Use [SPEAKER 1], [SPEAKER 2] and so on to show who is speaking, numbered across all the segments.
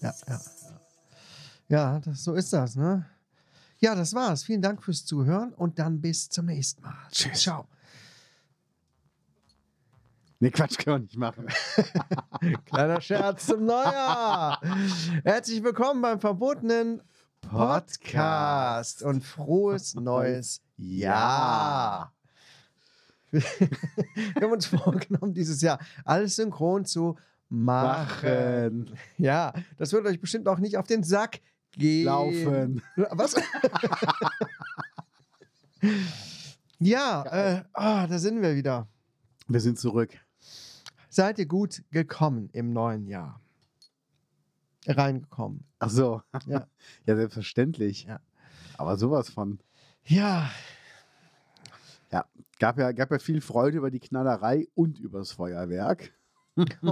[SPEAKER 1] Ja, ja, ja. Ja, das, so ist das, ne? Ja, das war's. Vielen Dank fürs Zuhören und dann bis zum nächsten Mal.
[SPEAKER 2] Tschüss.
[SPEAKER 1] Ciao.
[SPEAKER 2] Nee, Quatsch, können wir nicht machen.
[SPEAKER 1] Kleiner Scherz zum Neujahr. Herzlich willkommen beim verbotenen Podcast und frohes neues Jahr. Wir haben uns vorgenommen, dieses Jahr alles synchron zu machen.
[SPEAKER 2] Machen.
[SPEAKER 1] Ja, das wird euch bestimmt auch nicht auf den Sack gehen.
[SPEAKER 2] Laufen.
[SPEAKER 1] Was? ja, äh, ah, da sind wir wieder.
[SPEAKER 2] Wir sind zurück.
[SPEAKER 1] Seid ihr gut gekommen im neuen Jahr? Reingekommen.
[SPEAKER 2] Ach so.
[SPEAKER 1] Ja.
[SPEAKER 2] Ja, selbstverständlich.
[SPEAKER 1] Ja.
[SPEAKER 2] Aber sowas von.
[SPEAKER 1] Ja,
[SPEAKER 2] Gab ja, gab ja viel Freude über die Knallerei und übers Feuerwerk.
[SPEAKER 1] Äh, ich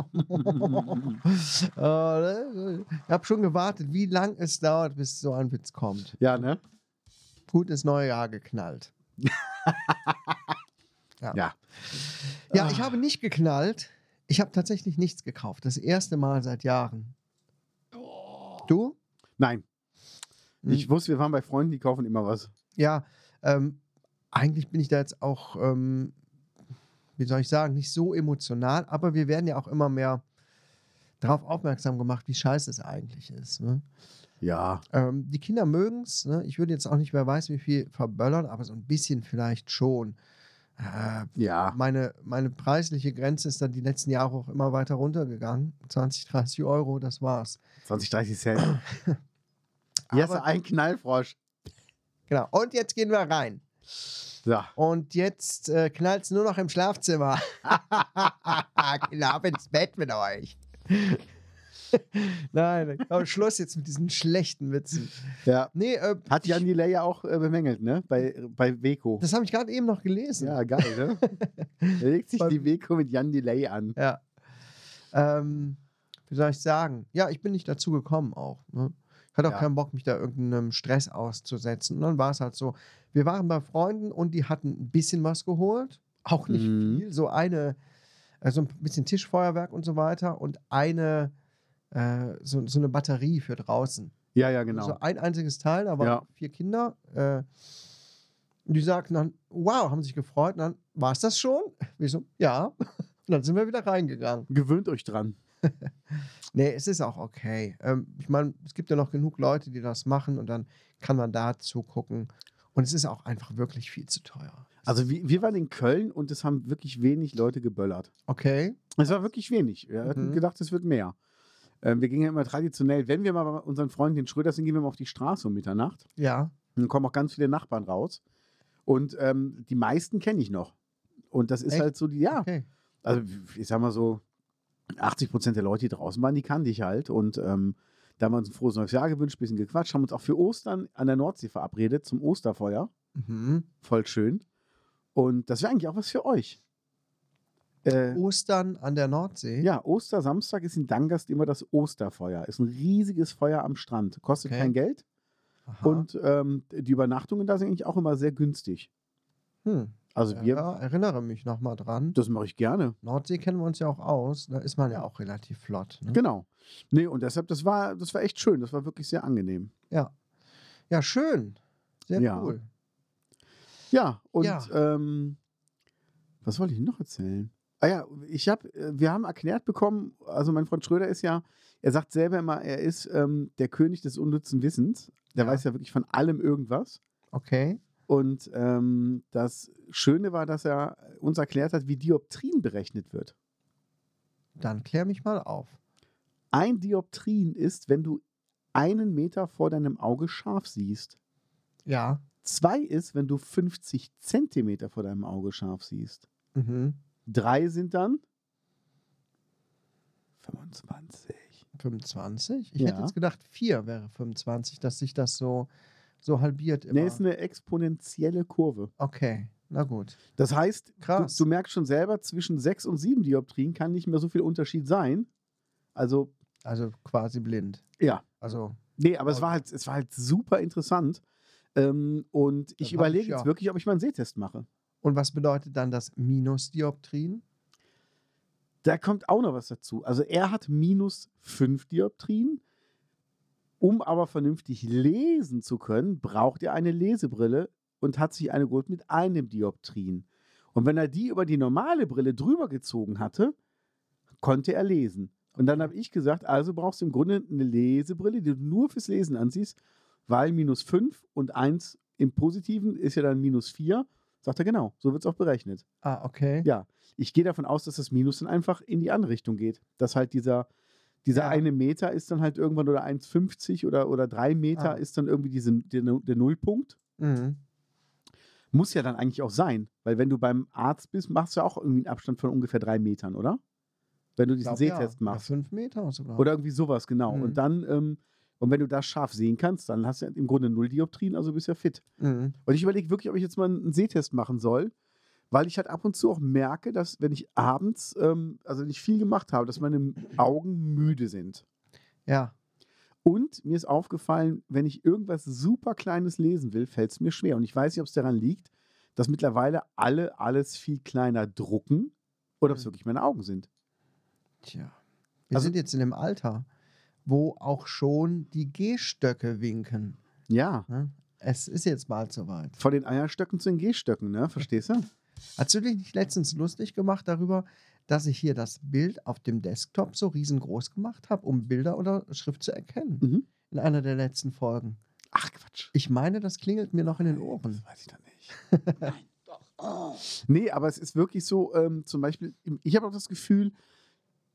[SPEAKER 1] habe schon gewartet, wie lang es dauert, bis so ein Witz kommt.
[SPEAKER 2] Ja, ne?
[SPEAKER 1] Gut ins neue Jahr geknallt.
[SPEAKER 2] Ja.
[SPEAKER 1] Ja,
[SPEAKER 2] Ah.
[SPEAKER 1] ich habe nicht geknallt. Ich habe tatsächlich nichts gekauft. Das erste Mal seit Jahren. Du?
[SPEAKER 2] Nein.
[SPEAKER 1] Hm.
[SPEAKER 2] Oh. Ich wusste, wir waren bei Freunden, die kaufen immer was.
[SPEAKER 1] Ja, ähm, eigentlich bin ich da jetzt auch, ähm, wie soll ich sagen, nicht so emotional, aber wir werden ja auch immer mehr darauf aufmerksam gemacht, wie scheiße es eigentlich ist. Ne?
[SPEAKER 2] Ja.
[SPEAKER 1] Ähm, die Kinder mögen es. Ne? Ich würde jetzt auch nicht, wer weiß, wie viel verböllern, aber so ein bisschen vielleicht schon. Äh,
[SPEAKER 2] Ja.
[SPEAKER 1] meine, meine preisliche Grenze ist dann die letzten Jahre auch immer weiter runtergegangen. 20, 30 Euro, das war's.
[SPEAKER 2] 20, 30 Cent. Hier hast du
[SPEAKER 1] Aber-
[SPEAKER 2] einen Knallfrosch.
[SPEAKER 1] Genau. Und jetzt gehen wir rein.
[SPEAKER 2] So.
[SPEAKER 1] Und jetzt äh, knallt es nur noch im Schlafzimmer. Knapp ins Bett mit euch. Nein, aber Schluss jetzt mit diesen schlechten Witzen.
[SPEAKER 2] Ja.
[SPEAKER 1] Nee, äh,
[SPEAKER 2] Hat
[SPEAKER 1] ich,
[SPEAKER 2] Jan Delay ja auch äh, bemängelt, ne? Bei, bei Weko.
[SPEAKER 1] das habe ich gerade eben noch gelesen.
[SPEAKER 2] Ja, geil, ne? Er legt sich
[SPEAKER 1] Bei-
[SPEAKER 2] die Weko mit Jan Delay an.
[SPEAKER 1] Ja. Ähm, wie soll ich sagen? Ja, ich bin nicht dazu gekommen auch. Ne? Ich hatte auch
[SPEAKER 2] Ja.
[SPEAKER 1] keinen Bock, mich da irgendeinem Stress auszusetzen. Und dann war es halt so. Wir waren bei Freunden und die hatten ein bisschen was geholt. Auch nicht
[SPEAKER 2] Mhm.
[SPEAKER 1] viel. So eine, also ein bisschen Tischfeuerwerk und so weiter und eine, äh, so, so eine Batterie für draußen.
[SPEAKER 2] Ja, ja, genau.
[SPEAKER 1] So ein einziges Teil, da waren
[SPEAKER 2] Ja.
[SPEAKER 1] vier Kinder. Äh, und die sagten dann, wow, haben sich gefreut. Und dann, war es das schon? Wir so, ja. Und dann sind wir wieder reingegangen.
[SPEAKER 2] Gewöhnt euch dran.
[SPEAKER 1] Nee, es ist auch okay. Ähm, ich meine, es gibt ja noch genug Leute, die das machen und dann kann man da zugucken. Und es ist auch einfach wirklich viel zu teuer.
[SPEAKER 2] Also wir, wir waren in Köln und es haben wirklich wenig Leute geböllert.
[SPEAKER 1] Okay.
[SPEAKER 2] Es war wirklich wenig. Wir hatten
[SPEAKER 1] Mhm.
[SPEAKER 2] gedacht, es wird mehr. Ähm, wir gingen ja immer traditionell, wenn wir mal bei unseren Freunden den Schröder sind, gehen wir mal auf die Straße um Mitternacht.
[SPEAKER 1] Ja.
[SPEAKER 2] Dann kommen auch ganz viele Nachbarn raus. Und ähm, die meisten kenne ich noch. Und das ist
[SPEAKER 1] Echt?
[SPEAKER 2] halt so die, ja,
[SPEAKER 1] Okay.
[SPEAKER 2] also ich sag mal so, 80 Prozent der Leute, die draußen waren, die kannte ich halt. Und ähm, da haben wir uns ein frohes neues Jahr gewünscht, ein bisschen gequatscht, haben uns auch für Ostern an der Nordsee verabredet zum Osterfeuer.
[SPEAKER 1] Mhm.
[SPEAKER 2] Voll schön. Und das wäre eigentlich auch was für euch. Äh,
[SPEAKER 1] Oh. Ostern an der Nordsee.
[SPEAKER 2] ja, Ostersamstag ist in Dangast immer das Osterfeuer. Ist ein riesiges Feuer am Strand. Kostet
[SPEAKER 1] Okay.
[SPEAKER 2] kein Geld.
[SPEAKER 1] Aha.
[SPEAKER 2] Und ähm, die Übernachtungen da sind eigentlich auch immer sehr günstig.
[SPEAKER 1] Hm.
[SPEAKER 2] Also wir,
[SPEAKER 1] ja, erinnere mich nochmal dran.
[SPEAKER 2] das mache ich gerne.
[SPEAKER 1] Nordsee kennen wir uns ja auch aus. Da ist man ja auch relativ flott. Ne?
[SPEAKER 2] Genau. Nee, und deshalb, das war, das war echt schön. Das war wirklich sehr angenehm.
[SPEAKER 1] Ja. Ja, schön. Sehr
[SPEAKER 2] Ja.
[SPEAKER 1] cool.
[SPEAKER 2] Ja, und
[SPEAKER 1] Ja.
[SPEAKER 2] Ähm, was wollte ich noch erzählen? Ah ja, ich habe, wir haben erklärt bekommen, also mein Freund Schröder ist ja, er sagt selber immer, er ist ähm, der König des unnützen Wissens. Der
[SPEAKER 1] Ja.
[SPEAKER 2] weiß ja wirklich von allem irgendwas.
[SPEAKER 1] Okay.
[SPEAKER 2] Und ähm, das Schöne war, dass er uns erklärt hat, wie Dioptrien berechnet wird.
[SPEAKER 1] Dann klär mich mal auf.
[SPEAKER 2] Ein Dioptrien ist, wenn du einen Meter vor deinem Auge scharf siehst.
[SPEAKER 1] Ja.
[SPEAKER 2] Zwei ist, wenn du 50 Zentimeter vor deinem Auge scharf siehst.
[SPEAKER 1] Mhm.
[SPEAKER 2] Drei sind dann 25.
[SPEAKER 1] 25? Ich
[SPEAKER 2] Ja.
[SPEAKER 1] hätte jetzt gedacht, 4 wäre 25, dass sich das so, so halbiert immer.
[SPEAKER 2] Ne, ist eine exponentielle Kurve.
[SPEAKER 1] okay, na gut.
[SPEAKER 2] Das heißt, du,
[SPEAKER 1] Krass.
[SPEAKER 2] du merkst schon selber, zwischen 6 und 7 Dioptrien kann nicht mehr so viel Unterschied sein. Also,
[SPEAKER 1] Also quasi blind.
[SPEAKER 2] ja.
[SPEAKER 1] Also,
[SPEAKER 2] Nee, aber es
[SPEAKER 1] Oh.
[SPEAKER 2] war halt, es war halt super interessant. Ähm, und ich
[SPEAKER 1] hab
[SPEAKER 2] überlege
[SPEAKER 1] ich,
[SPEAKER 2] jetzt
[SPEAKER 1] ja.
[SPEAKER 2] wirklich, ob ich mal einen Sehtest mache.
[SPEAKER 1] und was bedeutet dann das Minusdioptrien?
[SPEAKER 2] Da kommt auch noch was dazu. Also er hat minus 5 Dioptrien. Um aber vernünftig lesen zu können, braucht er eine Lesebrille und hat sich eine geholt mit einem Dioptrien. Und wenn er die über die normale Brille drüber gezogen hatte, konnte er lesen. Und dann habe ich gesagt, also brauchst du im Grunde eine Lesebrille, die du nur fürs Lesen anziehst, weil minus 5 und 1 im Positiven ist ja dann minus 4. Sagt er, genau, so wird es auch berechnet.
[SPEAKER 1] Ah, okay.
[SPEAKER 2] Ja, ich gehe davon aus, dass das Minus dann einfach in die andere Richtung geht. Dass halt dieser, dieser
[SPEAKER 1] Ja.
[SPEAKER 2] eine Meter ist dann halt irgendwann oder 1,50 oder, oder 3 Meter
[SPEAKER 1] Ah.
[SPEAKER 2] ist dann irgendwie diese, der, Nu- der Nullpunkt.
[SPEAKER 1] Mhm.
[SPEAKER 2] Muss ja dann eigentlich auch sein, weil wenn du beim Arzt bist, machst du ja auch irgendwie einen Abstand von ungefähr drei Metern, oder? Wenn du diesen
[SPEAKER 1] Glaub, ja.
[SPEAKER 2] Sehtest
[SPEAKER 1] Ja,
[SPEAKER 2] machst.
[SPEAKER 1] fünf Meter sogar.
[SPEAKER 2] Oder irgendwie sowas, genau.
[SPEAKER 1] Mhm.
[SPEAKER 2] Und dann, ähm, und wenn du das scharf sehen kannst, dann hast du ja im Grunde null Dioptrien, also bist ja fit.
[SPEAKER 1] Mhm.
[SPEAKER 2] Und ich überlege wirklich, ob ich jetzt mal einen Sehtest machen soll, weil ich halt ab und zu auch merke, dass wenn ich abends, ähm, also nicht viel gemacht habe, dass meine Augen müde sind.
[SPEAKER 1] Ja.
[SPEAKER 2] Und mir ist aufgefallen, wenn ich irgendwas super Kleines lesen will, fällt es mir schwer. Und ich weiß nicht, ob es daran liegt, dass mittlerweile alle alles viel kleiner drucken oder ob es
[SPEAKER 1] Mhm.
[SPEAKER 2] wirklich meine Augen sind.
[SPEAKER 1] Tja. Wir
[SPEAKER 2] Also-
[SPEAKER 1] sind jetzt in dem Alter, wo auch schon die Gehstöcke winken.
[SPEAKER 2] Ja,
[SPEAKER 1] Ne? Es ist jetzt bald soweit.
[SPEAKER 2] von den Eierstöcken zu den Gehstöcken, ne? Verstehst du?
[SPEAKER 1] Hast du dich nicht letztens lustig gemacht darüber, dass ich hier das Bild auf dem Desktop so riesengroß gemacht habe, um Bilder oder Schrift zu erkennen?
[SPEAKER 2] Mhm.
[SPEAKER 1] In einer der letzten Folgen.
[SPEAKER 2] Ach Quatsch.
[SPEAKER 1] Ich meine, das klingelt mir noch in den Ohren.
[SPEAKER 2] Das weiß ich dann nicht. Nein, doch. Nee, aber es ist wirklich so, ähm, zum Beispiel, im- ich habe auch das Gefühl,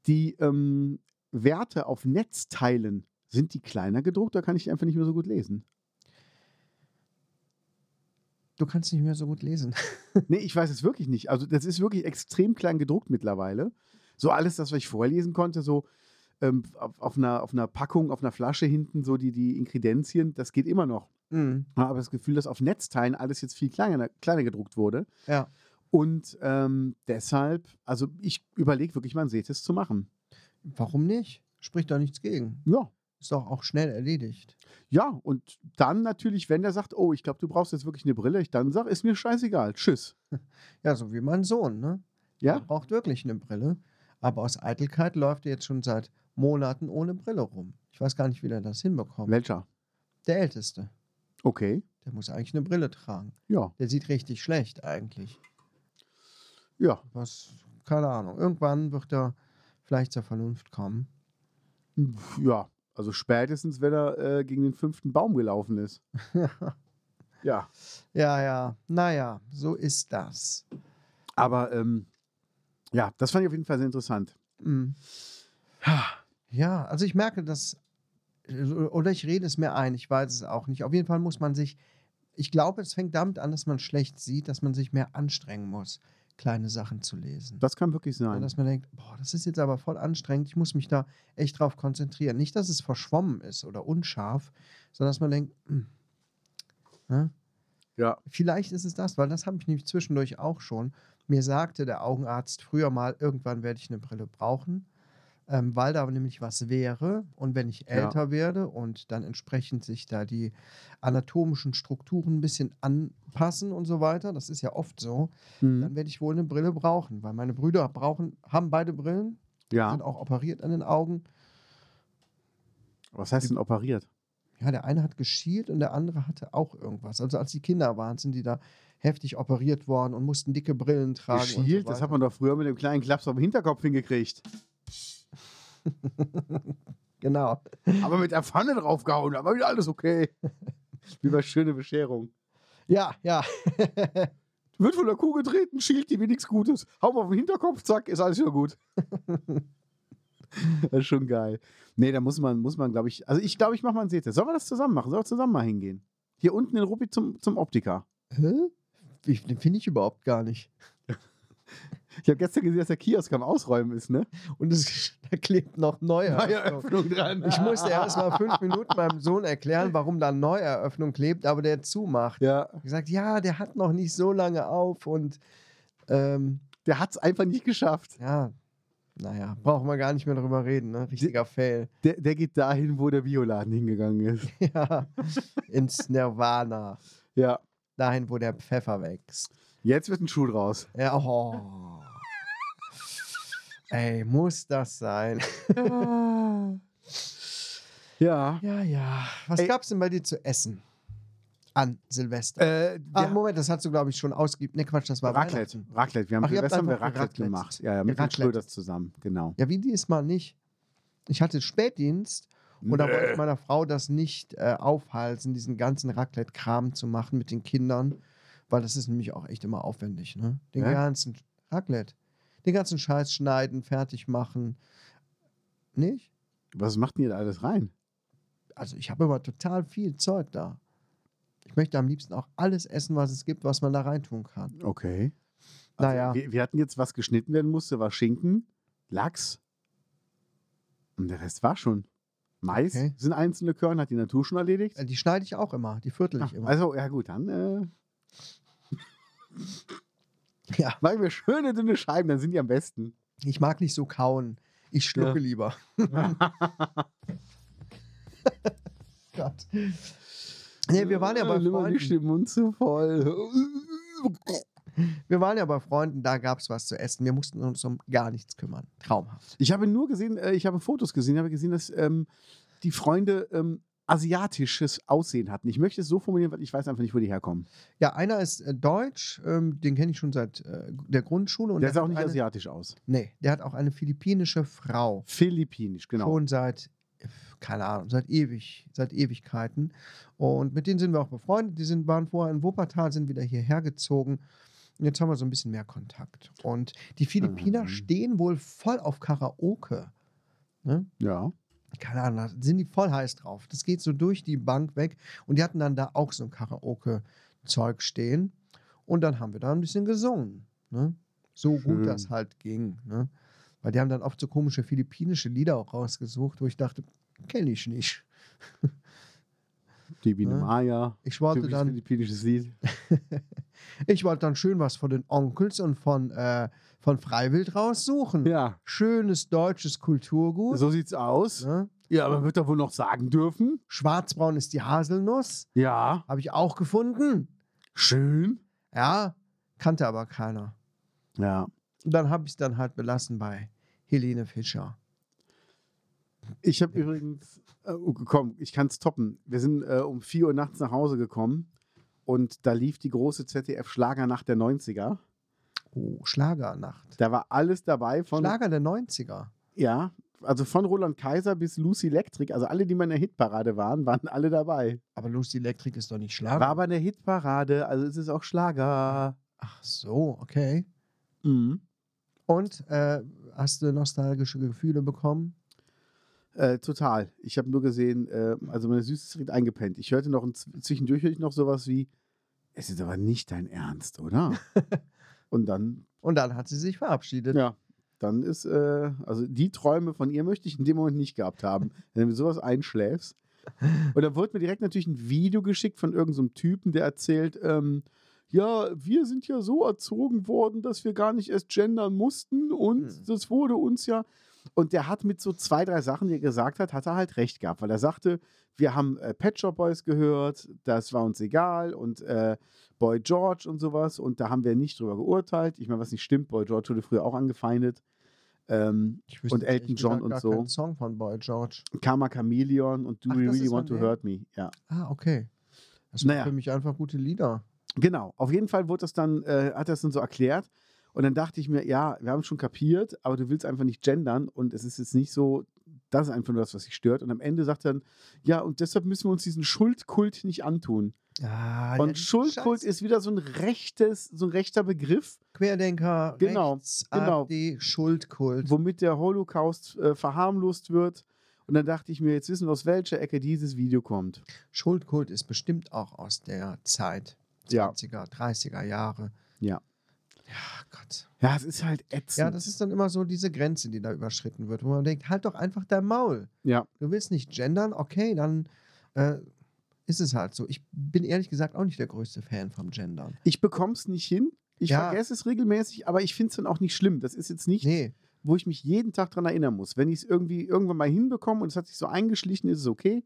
[SPEAKER 2] die ähm, Werte auf Netzteilen, sind die kleiner gedruckt, da kann ich die einfach nicht mehr so gut lesen.
[SPEAKER 1] Du kannst nicht mehr so gut lesen.
[SPEAKER 2] Nee, ich weiß es wirklich nicht. Also das ist wirklich extrem klein gedruckt mittlerweile. So alles, das, was ich vorher lesen konnte, so ähm, auf, auf, einer, auf einer Packung, auf einer Flasche hinten, so die, die Inkredenzien, das geht immer noch.
[SPEAKER 1] Mhm.
[SPEAKER 2] Ja, aber das Gefühl, dass auf Netzteilen alles jetzt viel kleiner, kleiner gedruckt wurde.
[SPEAKER 1] Ja.
[SPEAKER 2] Und ähm, deshalb, also ich überlege wirklich mal einen Sehtest zu machen.
[SPEAKER 1] Warum nicht? Spricht doch nichts gegen.
[SPEAKER 2] Ja.
[SPEAKER 1] Ist doch auch schnell erledigt.
[SPEAKER 2] Ja, und dann natürlich, wenn der sagt, oh, ich glaube, du brauchst jetzt wirklich eine Brille, ich dann sage, ist mir scheißegal, tschüss.
[SPEAKER 1] Ja, so wie mein Sohn, ne? Der
[SPEAKER 2] Ja,
[SPEAKER 1] braucht wirklich eine Brille. Aber aus Eitelkeit läuft er jetzt schon seit Monaten ohne Brille rum. Ich weiß gar nicht, wie der das hinbekommt.
[SPEAKER 2] welcher?
[SPEAKER 1] Der Älteste.
[SPEAKER 2] Okay,
[SPEAKER 1] Der muss eigentlich eine Brille tragen.
[SPEAKER 2] ja,
[SPEAKER 1] Der sieht richtig schlecht eigentlich.
[SPEAKER 2] ja,
[SPEAKER 1] Was, keine Ahnung. Irgendwann wird er vielleicht zur Vernunft kommen.
[SPEAKER 2] ja. Also spätestens, wenn er äh, gegen den fünften Baum gelaufen ist. ja,
[SPEAKER 1] Ja, ja. Naja, so ist das.
[SPEAKER 2] aber ähm, ja, das fand ich auf jeden Fall sehr interessant.
[SPEAKER 1] Mm. Ja, also ich merke das, oder ich rede es mir ein, ich weiß es auch nicht. Auf jeden Fall muss man sich, ich glaube, es fängt damit an, dass man schlecht sieht, dass man sich mehr anstrengen muss, kleine Sachen zu lesen.
[SPEAKER 2] Das kann wirklich
[SPEAKER 1] Und
[SPEAKER 2] sein.
[SPEAKER 1] dass man denkt, boah, das ist jetzt aber voll anstrengend, ich muss mich da echt drauf konzentrieren. Nicht, dass es verschwommen ist oder unscharf, sondern dass man denkt, hm, ne?
[SPEAKER 2] Ja.
[SPEAKER 1] vielleicht ist es das, weil das habe ich nämlich zwischendurch auch schon. Mir sagte der Augenarzt früher mal, irgendwann werde ich eine Brille brauchen, ähm, weil da nämlich was wäre. Und wenn ich
[SPEAKER 2] Ja.
[SPEAKER 1] älter werde und dann entsprechend sich da die anatomischen Strukturen ein bisschen anpassen und so weiter, das ist ja oft so, dann
[SPEAKER 2] Mhm.
[SPEAKER 1] werde ich wohl eine Brille brauchen, weil meine Brüder brauchen, haben beide Brillen,
[SPEAKER 2] Ja.
[SPEAKER 1] sind auch operiert an den Augen.
[SPEAKER 2] Was heißt denn operiert?
[SPEAKER 1] ja, der eine hat geschielt und der andere hatte auch irgendwas. Also als die Kinder waren, sind die da heftig operiert worden und mussten dicke Brillen tragen. und
[SPEAKER 2] Geschielt,
[SPEAKER 1] so
[SPEAKER 2] das
[SPEAKER 1] weiter.
[SPEAKER 2] hat man doch früher mit dem kleinen Klaps auf dem Hinterkopf hingekriegt.
[SPEAKER 1] Genau.
[SPEAKER 2] Aber mit der Pfanne draufgehauen, aber wieder alles okay. Wie bei schöne Bescherung.
[SPEAKER 1] Ja, ja.
[SPEAKER 2] Wird von der Kuh getreten, schielt die wie nichts Gutes. Hau mal auf den Hinterkopf, zack, ist alles wieder gut. das ist schon geil. Nee, da muss man, muss man, glaube ich, also ich glaube, ich mache mal einen Sehtest. Sollen wir das zusammen machen? Sollen wir zusammen mal hingehen? Hier unten in Rupi zum, zum Optiker.
[SPEAKER 1] Hä? Ich, den finde ich überhaupt gar nicht.
[SPEAKER 2] Ich habe gestern gesehen, dass der Kiosk am Ausräumen ist, ne?
[SPEAKER 1] Und es, da klebt noch Neueröffnung.
[SPEAKER 2] Eröffnung dran.
[SPEAKER 1] Ich musste erst mal fünf Minuten meinem Sohn erklären, warum da Neueröffnung klebt, aber der zumacht.
[SPEAKER 2] Ja,
[SPEAKER 1] Ich hab gesagt, ja, der hat noch nicht so lange auf und ähm,
[SPEAKER 2] der hat es einfach nicht geschafft.
[SPEAKER 1] ja, naja, brauchen wir gar nicht mehr drüber reden, ne? Richtiger Fail.
[SPEAKER 2] Der, der geht dahin, wo der Bioladen hingegangen ist.
[SPEAKER 1] ja, ins Nirvana.
[SPEAKER 2] Ja.
[SPEAKER 1] Dahin, wo der Pfeffer wächst.
[SPEAKER 2] Jetzt wird ein Schuh draus.
[SPEAKER 1] Ja, oh. Ey, muss das sein?
[SPEAKER 2] ja.
[SPEAKER 1] Ja, ja. Was
[SPEAKER 2] Ey.
[SPEAKER 1] gab's denn bei dir zu essen? An Silvester.
[SPEAKER 2] Äh,
[SPEAKER 1] ah,
[SPEAKER 2] wir-
[SPEAKER 1] Moment, das hast du, glaube ich, schon ausgegeben. Ne, Quatsch, das war
[SPEAKER 2] Raclette.
[SPEAKER 1] Weihnachten.
[SPEAKER 2] Raclette. Wir haben
[SPEAKER 1] Ach, ihr habt
[SPEAKER 2] Silvester haben wir
[SPEAKER 1] einfach
[SPEAKER 2] Raclette,
[SPEAKER 1] Raclette.
[SPEAKER 2] gemacht. Ja, ja, mit den
[SPEAKER 1] Raclette.
[SPEAKER 2] Schröders zusammen. Genau.
[SPEAKER 1] Ja, wie diesmal nicht. Ich hatte Spätdienst und
[SPEAKER 2] Äh,
[SPEAKER 1] da wollte ich meiner Frau das nicht äh, aufhalsen, diesen ganzen Raclette-Kram zu machen mit den Kindern, weil das ist nämlich auch echt immer aufwendig, ne? Den
[SPEAKER 2] Ja?
[SPEAKER 1] ganzen Raclette. Den ganzen Scheiß schneiden, fertig machen. Nicht?
[SPEAKER 2] Was macht denn ihr da alles rein?
[SPEAKER 1] also ich habe immer total viel Zeug da. Ich möchte am liebsten auch alles essen, was es gibt, was man da reintun kann.
[SPEAKER 2] Okay.
[SPEAKER 1] Naja.
[SPEAKER 2] Also, Wir, wir hatten jetzt, was geschnitten werden musste, war Schinken, Lachs und der Rest war schon. Mais
[SPEAKER 1] Okay.
[SPEAKER 2] sind einzelne Körner, hat die Natur schon erledigt.
[SPEAKER 1] Äh, Die schneide ich auch immer, die viertel ich
[SPEAKER 2] Ah,
[SPEAKER 1] immer.
[SPEAKER 2] Also, ja gut, dann äh,
[SPEAKER 1] ja,
[SPEAKER 2] machen wir schöne dünne Scheiben, dann sind die am besten.
[SPEAKER 1] ich mag nicht so kauen. Ich schlucke
[SPEAKER 2] Ja.
[SPEAKER 1] lieber. Gott. Nee, wir waren ja bei
[SPEAKER 2] Nimm mal Ah, nicht
[SPEAKER 1] Freunden.
[SPEAKER 2] den Mund zu voll.
[SPEAKER 1] Wir waren ja bei Freunden, da gab es was zu essen. Wir mussten uns um gar nichts kümmern. Traumhaft.
[SPEAKER 2] Ich habe nur gesehen, äh, ich habe Fotos gesehen, habe gesehen, dass ähm, die Freunde ähm, asiatisches Aussehen hatten. Ich möchte es so formulieren, weil ich weiß einfach nicht, wo die herkommen.
[SPEAKER 1] Ja, einer ist äh, deutsch, ähm, den kenne ich schon seit äh, der Grundschule. Und
[SPEAKER 2] der sah auch
[SPEAKER 1] hat
[SPEAKER 2] nicht
[SPEAKER 1] eine,
[SPEAKER 2] asiatisch aus.
[SPEAKER 1] Nee, der hat auch eine philippinische Frau.
[SPEAKER 2] Philippinisch, genau.
[SPEAKER 1] Schon seit, keine Ahnung, seit ewig, seit Ewigkeiten. Und mit denen sind wir auch befreundet. Die sind, waren vorher in Wuppertal, sind wieder hierher gezogen. Und jetzt haben wir so ein bisschen mehr Kontakt. Und die Philippiner
[SPEAKER 2] Mhm.
[SPEAKER 1] stehen wohl voll auf Karaoke. Ne?
[SPEAKER 2] Ja.
[SPEAKER 1] Keine Ahnung, da sind die voll heiß drauf. Das geht so durch die Bank weg. Und die hatten dann da auch so ein Karaoke-Zeug stehen. Und dann haben wir da ein bisschen gesungen. Ne? So
[SPEAKER 2] Schön.
[SPEAKER 1] gut das halt ging. Ne? Weil die haben dann oft so komische philippinische Lieder auch rausgesucht, wo ich dachte, kenne ich nicht.
[SPEAKER 2] Die Biene
[SPEAKER 1] Ne?
[SPEAKER 2] Maya.
[SPEAKER 1] Ich wollte,
[SPEAKER 2] Typisches
[SPEAKER 1] dann,
[SPEAKER 2] philippinisches Lied.
[SPEAKER 1] ich wollte dann schön was von den Onkels und von, äh, von Freiwild raussuchen.
[SPEAKER 2] Ja.
[SPEAKER 1] Schönes deutsches Kulturgut.
[SPEAKER 2] So sieht's aus.
[SPEAKER 1] Ne?
[SPEAKER 2] Ja, man wird da wohl noch sagen dürfen.
[SPEAKER 1] Schwarzbraun ist die Haselnuss.
[SPEAKER 2] Ja.
[SPEAKER 1] Habe ich auch gefunden.
[SPEAKER 2] Schön.
[SPEAKER 1] Ja, kannte aber keiner.
[SPEAKER 2] Ja.
[SPEAKER 1] Und dann habe ich es dann halt belassen bei Helene Fischer.
[SPEAKER 2] Ich habe übrigens, äh, oh, komm, ich kann es toppen. Wir sind äh, um 4 Uhr nachts nach Hause gekommen und da lief die große ZDF-Schlagernacht der 90er.
[SPEAKER 1] Oh, Schlagernacht.
[SPEAKER 2] Da war alles dabei von,
[SPEAKER 1] Schlager der 90er.
[SPEAKER 2] ja, also von Roland Kaiser bis Lucy Electric, also alle, die mal in der Hitparade waren, waren alle dabei.
[SPEAKER 1] Aber Lucy Electric ist doch nicht
[SPEAKER 2] War
[SPEAKER 1] Schlager.
[SPEAKER 2] aber eine Hitparade, also es ist auch Schlager.
[SPEAKER 1] Ach so, okay.
[SPEAKER 2] Mhm.
[SPEAKER 1] Und äh, hast du nostalgische Gefühle bekommen?
[SPEAKER 2] Äh, total. Ich habe nur gesehen, äh, also meine Süße ist direkt eingepennt. Ich hörte noch ein, Z- zwischendurch hörte ich noch sowas wie, es ist aber nicht dein Ernst, oder? und dann,
[SPEAKER 1] Und dann hat sie sich verabschiedet.
[SPEAKER 2] ja, dann ist, äh, also die Träume von ihr möchte ich in dem Moment nicht gehabt haben, wenn du mit sowas einschläfst. Und dann wurde mir direkt natürlich ein Video geschickt von irgendeinem so einem Typen, der erzählt, ähm, ja, wir sind ja so erzogen worden, dass wir gar nicht erst gendern mussten und
[SPEAKER 1] Hm.
[SPEAKER 2] das wurde uns ja. Und der hat mit so zwei, drei Sachen, die er gesagt hat, hat er halt recht gehabt, weil er sagte, wir haben äh, Pet Shop Boys gehört, das war uns egal und äh, Boy George und sowas und da haben wir nicht drüber geurteilt. Ich meine, was nicht stimmt, Boy George wurde früher auch angefeindet. Ähm,
[SPEAKER 1] Ich wüsste
[SPEAKER 2] Und Elton
[SPEAKER 1] ehrlich
[SPEAKER 2] John
[SPEAKER 1] gesagt
[SPEAKER 2] und
[SPEAKER 1] gar
[SPEAKER 2] so.
[SPEAKER 1] keinen Song von Boy George.
[SPEAKER 2] Karma Chameleon und Do
[SPEAKER 1] Ach,
[SPEAKER 2] We
[SPEAKER 1] das
[SPEAKER 2] Really
[SPEAKER 1] ist
[SPEAKER 2] Want to
[SPEAKER 1] von dem?
[SPEAKER 2] Hurt Me. Ja.
[SPEAKER 1] Ah, okay. Das
[SPEAKER 2] Naja.
[SPEAKER 1] sind für mich einfach gute Lieder.
[SPEAKER 2] Genau, auf jeden Fall wurde das dann, äh, hat das dann so erklärt. Und dann dachte ich mir, ja, wir haben es schon kapiert, aber du willst einfach nicht gendern und es ist jetzt nicht so, das ist einfach nur das, was dich stört. Und am Ende sagt er dann, ja, und deshalb müssen wir uns diesen Schuldkult nicht antun.
[SPEAKER 1] Ah,
[SPEAKER 2] und Schuldkult ist wieder so ein rechtes, so ein rechter Begriff,
[SPEAKER 1] Querdenker,
[SPEAKER 2] Genau,
[SPEAKER 1] rechts,
[SPEAKER 2] genau.
[SPEAKER 1] AfD, Schuldkult.
[SPEAKER 2] womit der Holocaust äh, verharmlost wird. Und dann dachte ich mir, jetzt wissen wir, aus welcher Ecke dieses Video kommt.
[SPEAKER 1] Schuldkult ist bestimmt auch aus der Zeit
[SPEAKER 2] Ja.
[SPEAKER 1] 20er, 30er Jahre.
[SPEAKER 2] Ja.
[SPEAKER 1] Ja, Gott.
[SPEAKER 2] Ja, es ist halt ätzend.
[SPEAKER 1] Ja, das ist dann immer so diese Grenze, die da überschritten wird, wo man denkt, halt doch einfach dein Maul.
[SPEAKER 2] Ja.
[SPEAKER 1] Du willst nicht gendern, okay, dann äh, ist es halt so. Ich bin ehrlich gesagt auch nicht der größte Fan vom Gendern.
[SPEAKER 2] Ich bekomme es nicht hin. Ich
[SPEAKER 1] Ja.
[SPEAKER 2] vergesse es regelmäßig, aber ich finde es dann auch nicht schlimm. Das ist jetzt nicht,
[SPEAKER 1] Nee,
[SPEAKER 2] wo ich mich jeden Tag dran erinnern muss. Wenn ich es irgendwie irgendwann mal hinbekomme und es hat sich so eingeschlichen, ist es okay.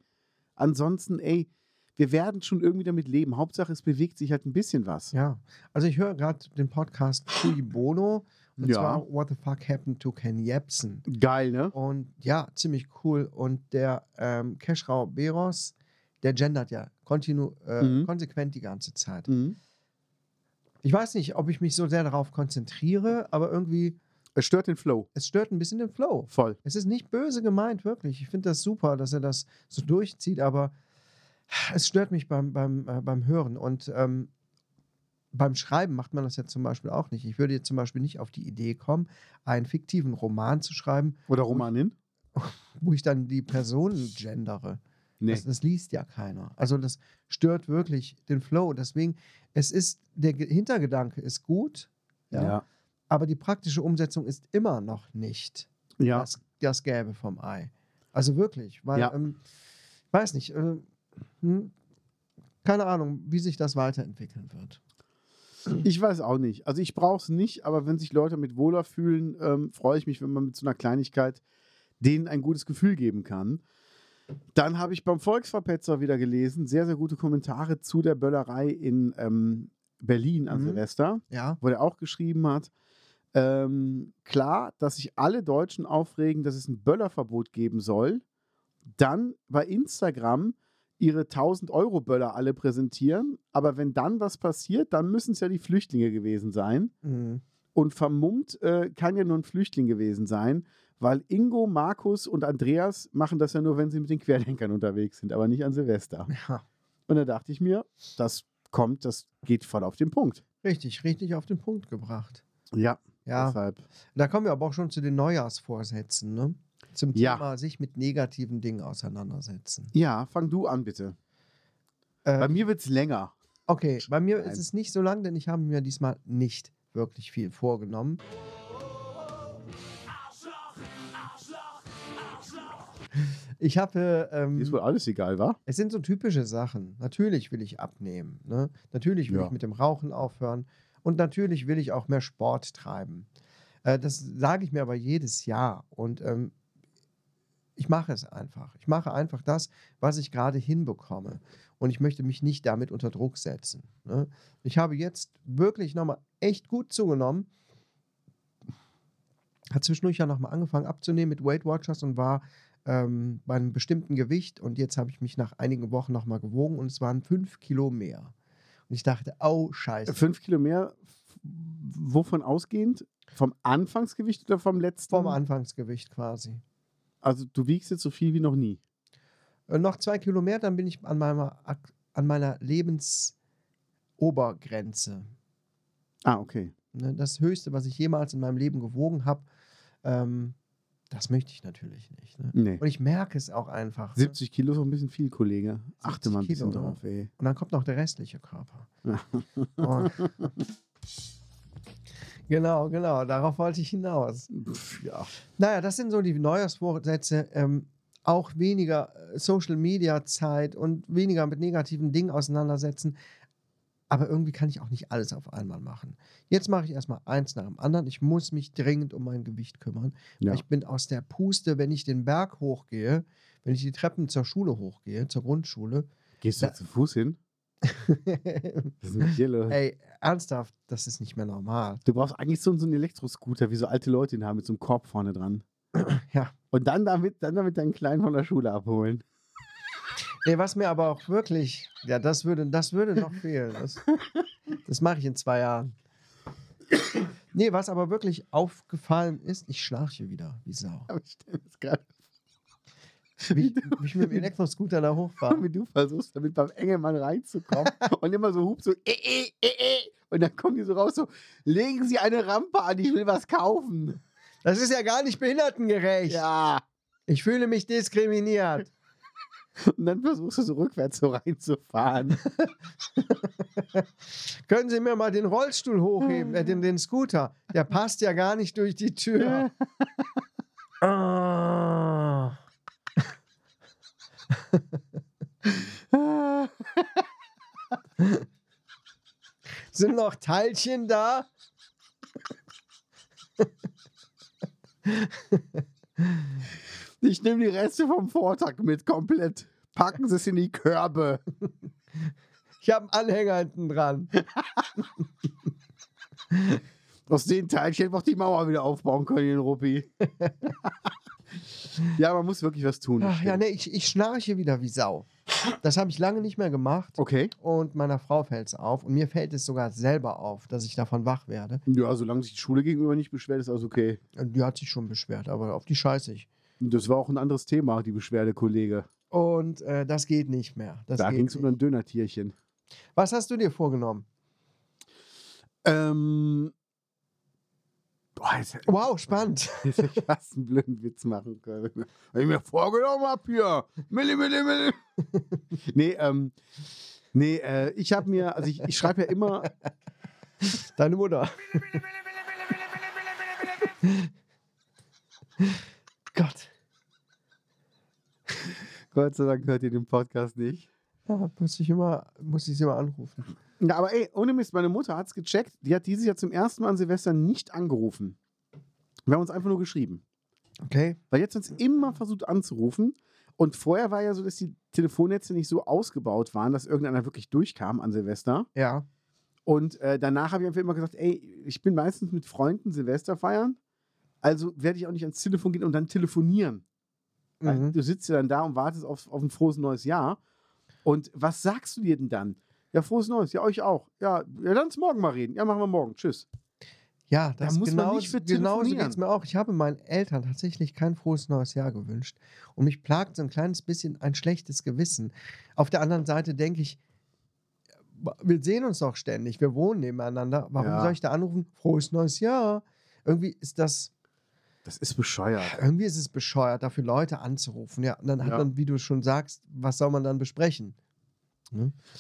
[SPEAKER 2] Ansonsten, ey, wir werden schon irgendwie damit leben. Hauptsache, es bewegt sich halt ein bisschen was.
[SPEAKER 1] ja. Also ich höre gerade den Podcast Cui Bono und
[SPEAKER 2] Ja.
[SPEAKER 1] zwar What the Fuck Happened to Ken Jebsen.
[SPEAKER 2] Geil, ne?
[SPEAKER 1] Und ja, ziemlich cool. Und der ähm, Keschrau Beros, der gendert ja kontinu äh,
[SPEAKER 2] Mhm.
[SPEAKER 1] konsequent die ganze Zeit.
[SPEAKER 2] Mhm.
[SPEAKER 1] Ich weiß nicht, ob ich mich so sehr darauf konzentriere, aber irgendwie,
[SPEAKER 2] Es stört den Flow.
[SPEAKER 1] es stört ein bisschen den Flow.
[SPEAKER 2] Voll.
[SPEAKER 1] Es ist nicht böse gemeint, wirklich. Ich finde das super, dass er das so durchzieht, aber es stört mich beim, beim, äh, beim Hören. Und ähm, beim Schreiben macht man das ja zum Beispiel auch nicht. Ich würde jetzt zum Beispiel nicht auf die Idee kommen, einen fiktiven Roman zu schreiben,
[SPEAKER 2] Oder Romanin?
[SPEAKER 1] wo ich dann die Personen gendere.
[SPEAKER 2] Nee.
[SPEAKER 1] Das, das liest ja keiner. Also das stört wirklich den Flow. Deswegen, es ist, der Ge- Hintergedanke ist gut, ja,
[SPEAKER 2] ja.
[SPEAKER 1] aber die praktische Umsetzung ist immer noch nicht
[SPEAKER 2] Ja.
[SPEAKER 1] das, das Gäbe vom Ei. Also wirklich, weil,
[SPEAKER 2] Ja.
[SPEAKER 1] ähm, ich weiß nicht, äh, hm, keine Ahnung, wie sich das weiterentwickeln wird.
[SPEAKER 2] Ich weiß auch nicht. Also ich brauche es nicht, aber wenn sich Leute mit wohler fühlen, ähm, freue ich mich, wenn man mit so einer Kleinigkeit denen ein gutes Gefühl geben kann. Dann habe ich beim Volksverpetzer wieder gelesen, sehr, sehr gute Kommentare zu der Böllerei in ähm, Berlin an
[SPEAKER 1] Mhm.
[SPEAKER 2] Silvester,
[SPEAKER 1] Ja,
[SPEAKER 2] wo der auch geschrieben hat, ähm, klar, dass sich alle Deutschen aufregen, dass es ein Böllerverbot geben soll, dann bei Instagram ihre 1000-Euro-Böller alle präsentieren, aber wenn dann was passiert, dann müssen es ja die Flüchtlinge gewesen sein.
[SPEAKER 1] mhm.
[SPEAKER 2] Und vermummt äh, kann ja nur ein Flüchtling gewesen sein, weil Ingo, Markus und Andreas machen das ja nur, wenn sie mit den Querdenkern unterwegs sind, aber nicht an Silvester.
[SPEAKER 1] ja.
[SPEAKER 2] Und da dachte ich mir, das kommt, das geht voll auf den Punkt.
[SPEAKER 1] Richtig, richtig auf den Punkt gebracht.
[SPEAKER 2] Ja,
[SPEAKER 1] Ja,
[SPEAKER 2] deshalb.
[SPEAKER 1] da kommen wir aber auch schon zu den Neujahrsvorsätzen, ne? Zum
[SPEAKER 2] Ja.
[SPEAKER 1] Thema sich mit negativen Dingen auseinandersetzen.
[SPEAKER 2] Ja, fang du an, bitte.
[SPEAKER 1] Äh,
[SPEAKER 2] Bei mir wird es länger.
[SPEAKER 1] Okay, bei mir
[SPEAKER 2] Nein.
[SPEAKER 1] ist es nicht so lang, denn ich habe mir diesmal nicht wirklich viel vorgenommen. Ich habe, ähm,
[SPEAKER 2] Mir Ist wohl alles egal, wa?
[SPEAKER 1] es sind so typische Sachen. Natürlich will ich abnehmen, ne? natürlich will
[SPEAKER 2] Ja.
[SPEAKER 1] ich mit dem Rauchen aufhören und natürlich will ich auch mehr Sport treiben. Äh, das sage ich mir aber jedes Jahr und ähm, ich mache es einfach. Ich mache einfach das, was ich gerade hinbekomme und ich möchte mich nicht damit unter Druck setzen. Ne? Ich habe jetzt wirklich nochmal echt gut zugenommen. Hat zwischendurch ja nochmal angefangen abzunehmen mit Weight Watchers und war ähm, bei einem bestimmten Gewicht und jetzt habe ich mich nach einigen Wochen nochmal gewogen und es waren fünf Kilo mehr. Und ich dachte, au, scheiße.
[SPEAKER 2] Fünf Kilo mehr, f- wovon ausgehend? Vom Anfangsgewicht oder vom letzten?
[SPEAKER 1] Vom Anfangsgewicht quasi.
[SPEAKER 2] Also du wiegst jetzt so viel wie noch nie.
[SPEAKER 1] Äh, noch zwei Kilo mehr, dann bin ich an meiner, Ak- an meiner Lebensobergrenze.
[SPEAKER 2] Ah, okay.
[SPEAKER 1] Ne, das Höchste, was ich jemals in meinem Leben gewogen habe, ähm, das möchte ich natürlich nicht. Ne?
[SPEAKER 2] Nee.
[SPEAKER 1] Und ich merke es auch einfach. Ne?
[SPEAKER 2] 70 Kilo ist auch ein bisschen viel, Kollege. Achte mal ein
[SPEAKER 1] 70
[SPEAKER 2] bisschen
[SPEAKER 1] Kilo, ne?
[SPEAKER 2] drauf, ey.
[SPEAKER 1] Und dann kommt noch der restliche Körper. Und genau, genau, darauf wollte ich hinaus.
[SPEAKER 2] Pff, ja.
[SPEAKER 1] Naja, das sind so die Neujahrsvorsätze. Ähm, auch weniger äh, Social-Media-Zeit und weniger mit negativen Dingen auseinandersetzen. Aber irgendwie kann ich auch nicht alles auf einmal machen. Jetzt mache ich erstmal eins nach dem anderen. Ich muss mich dringend um mein Gewicht kümmern.
[SPEAKER 2] Ja.
[SPEAKER 1] Ich bin aus der Puste, wenn ich den Berg hochgehe, wenn ich die Treppen zur Schule hochgehe, zur Grundschule.
[SPEAKER 2] Gehst du
[SPEAKER 1] Da-
[SPEAKER 2] zu Fuß hin? Das sind hier Leute.
[SPEAKER 1] Ey, ernsthaft, das ist nicht mehr normal.
[SPEAKER 2] Du brauchst eigentlich so, so einen Elektroscooter, wie so alte Leute ihn haben, mit so einem Korb vorne dran.
[SPEAKER 1] Ja.
[SPEAKER 2] Und dann damit, dann damit deinen Kleinen von der Schule abholen.
[SPEAKER 1] Nee, was mir aber auch wirklich, ja, das würde, das würde noch fehlen. Das, das mache ich in zwei Jahren. Nee, was aber wirklich aufgefallen ist, ich schnarche wieder, wie Sau.
[SPEAKER 2] Aber ich stell mir das gerade
[SPEAKER 1] Wie, ich- wie ich mit dem Elektroscooter da
[SPEAKER 2] vor,
[SPEAKER 1] hochfahre.
[SPEAKER 2] wie du versuchst, damit beim Engelmann reinzukommen und immer so hupt so, eh, eh, eh, eh. Und dann kommen die so raus, so, legen Sie eine Rampe an, ich will was kaufen.
[SPEAKER 1] Das ist ja gar nicht behindertengerecht.
[SPEAKER 2] Ja.
[SPEAKER 1] Ich fühle mich diskriminiert.
[SPEAKER 2] Und dann versuchst du so rückwärts so reinzufahren.
[SPEAKER 1] Können Sie mir mal den Rollstuhl hochheben, äh, den, den Scooter? Der passt ja gar nicht durch die Tür. Ah.
[SPEAKER 2] Ah.
[SPEAKER 1] Sind noch Teilchen da?
[SPEAKER 2] Ich nehme die Reste vom Vortag mit komplett. Packen Sie es in die Körbe.
[SPEAKER 1] Ich habe einen Anhänger hinten dran.
[SPEAKER 2] Aus den Teilchen noch die Mauer wieder aufbauen können, den Ruppi. ja, man muss wirklich was tun. das
[SPEAKER 1] Ach, ja, ne.
[SPEAKER 2] stimmt.
[SPEAKER 1] nee, ich, ich schnarche wieder wie Sau. Das habe ich lange nicht mehr gemacht.
[SPEAKER 2] Okay.
[SPEAKER 1] Und meiner Frau fällt es auf. Und mir fällt es sogar selber auf, dass ich davon wach werde.
[SPEAKER 2] Ja, solange sich die Schule gegenüber nicht beschwert, ist alles okay.
[SPEAKER 1] Und die hat sich schon beschwert, aber auf die scheiße ich.
[SPEAKER 2] Das war auch ein anderes Thema, die Beschwerde, Kollege.
[SPEAKER 1] Und äh, das geht nicht mehr. Das
[SPEAKER 2] da
[SPEAKER 1] geht
[SPEAKER 2] ging es um
[SPEAKER 1] nicht.
[SPEAKER 2] ein Dönertierchen.
[SPEAKER 1] Was hast du dir vorgenommen?
[SPEAKER 2] Ähm. Boah, jetzt,
[SPEAKER 1] Wow, spannend.
[SPEAKER 2] jetzt hätte ich fast einen blöden Witz machen können. Wenn ich mir vorgenommen habe hier. Milli, Milli, Milli. nee, ähm. Nee, äh, ich habe mir, also ich, ich schreibe ja immer,
[SPEAKER 1] Deine Mutter. Gott.
[SPEAKER 2] Gott sei Dank hört ihr den Podcast nicht.
[SPEAKER 1] Ja, muss ich immer, muss ich sie immer anrufen.
[SPEAKER 2] Ja, aber ey, ohne Mist, meine Mutter hat's gecheckt. Die hat dieses Jahr zum ersten Mal an Silvester nicht angerufen. Wir haben uns einfach nur geschrieben.
[SPEAKER 1] Okay.
[SPEAKER 2] Weil jetzt uns immer versucht anzurufen. Und vorher war ja so, dass die Telefonnetze nicht so ausgebaut waren, dass irgendeiner wirklich durchkam an Silvester.
[SPEAKER 1] Ja.
[SPEAKER 2] Und äh, danach habe ich einfach immer gesagt, ey, ich bin meistens mit Freunden Silvester feiern. Also werde ich auch nicht ans Telefon gehen und dann telefonieren. Weil
[SPEAKER 1] Mhm.
[SPEAKER 2] du sitzt ja dann da und wartest auf, auf ein frohes neues Jahr. Und was sagst du dir denn dann? Ja, frohes neues, ja, euch auch. Ja, ja dann zum Morgen mal reden. Ja, machen wir morgen. Tschüss.
[SPEAKER 1] Ja, das
[SPEAKER 2] muss man
[SPEAKER 1] genau,
[SPEAKER 2] nicht für
[SPEAKER 1] genauso
[SPEAKER 2] telefonieren.
[SPEAKER 1] geht es mir auch. Ich habe meinen Eltern tatsächlich kein frohes neues Jahr gewünscht. Und mich plagt so ein kleines bisschen ein schlechtes Gewissen. Auf der anderen Seite denke ich, wir sehen uns doch ständig, wir wohnen nebeneinander. Warum
[SPEAKER 2] Ja.
[SPEAKER 1] soll ich da anrufen? Frohes neues Jahr. Irgendwie ist das,
[SPEAKER 2] Das ist bescheuert.
[SPEAKER 1] irgendwie ist es bescheuert, dafür Leute anzurufen. Ja, und dann hat
[SPEAKER 2] Ja.
[SPEAKER 1] man, wie du schon sagst, was soll man dann besprechen?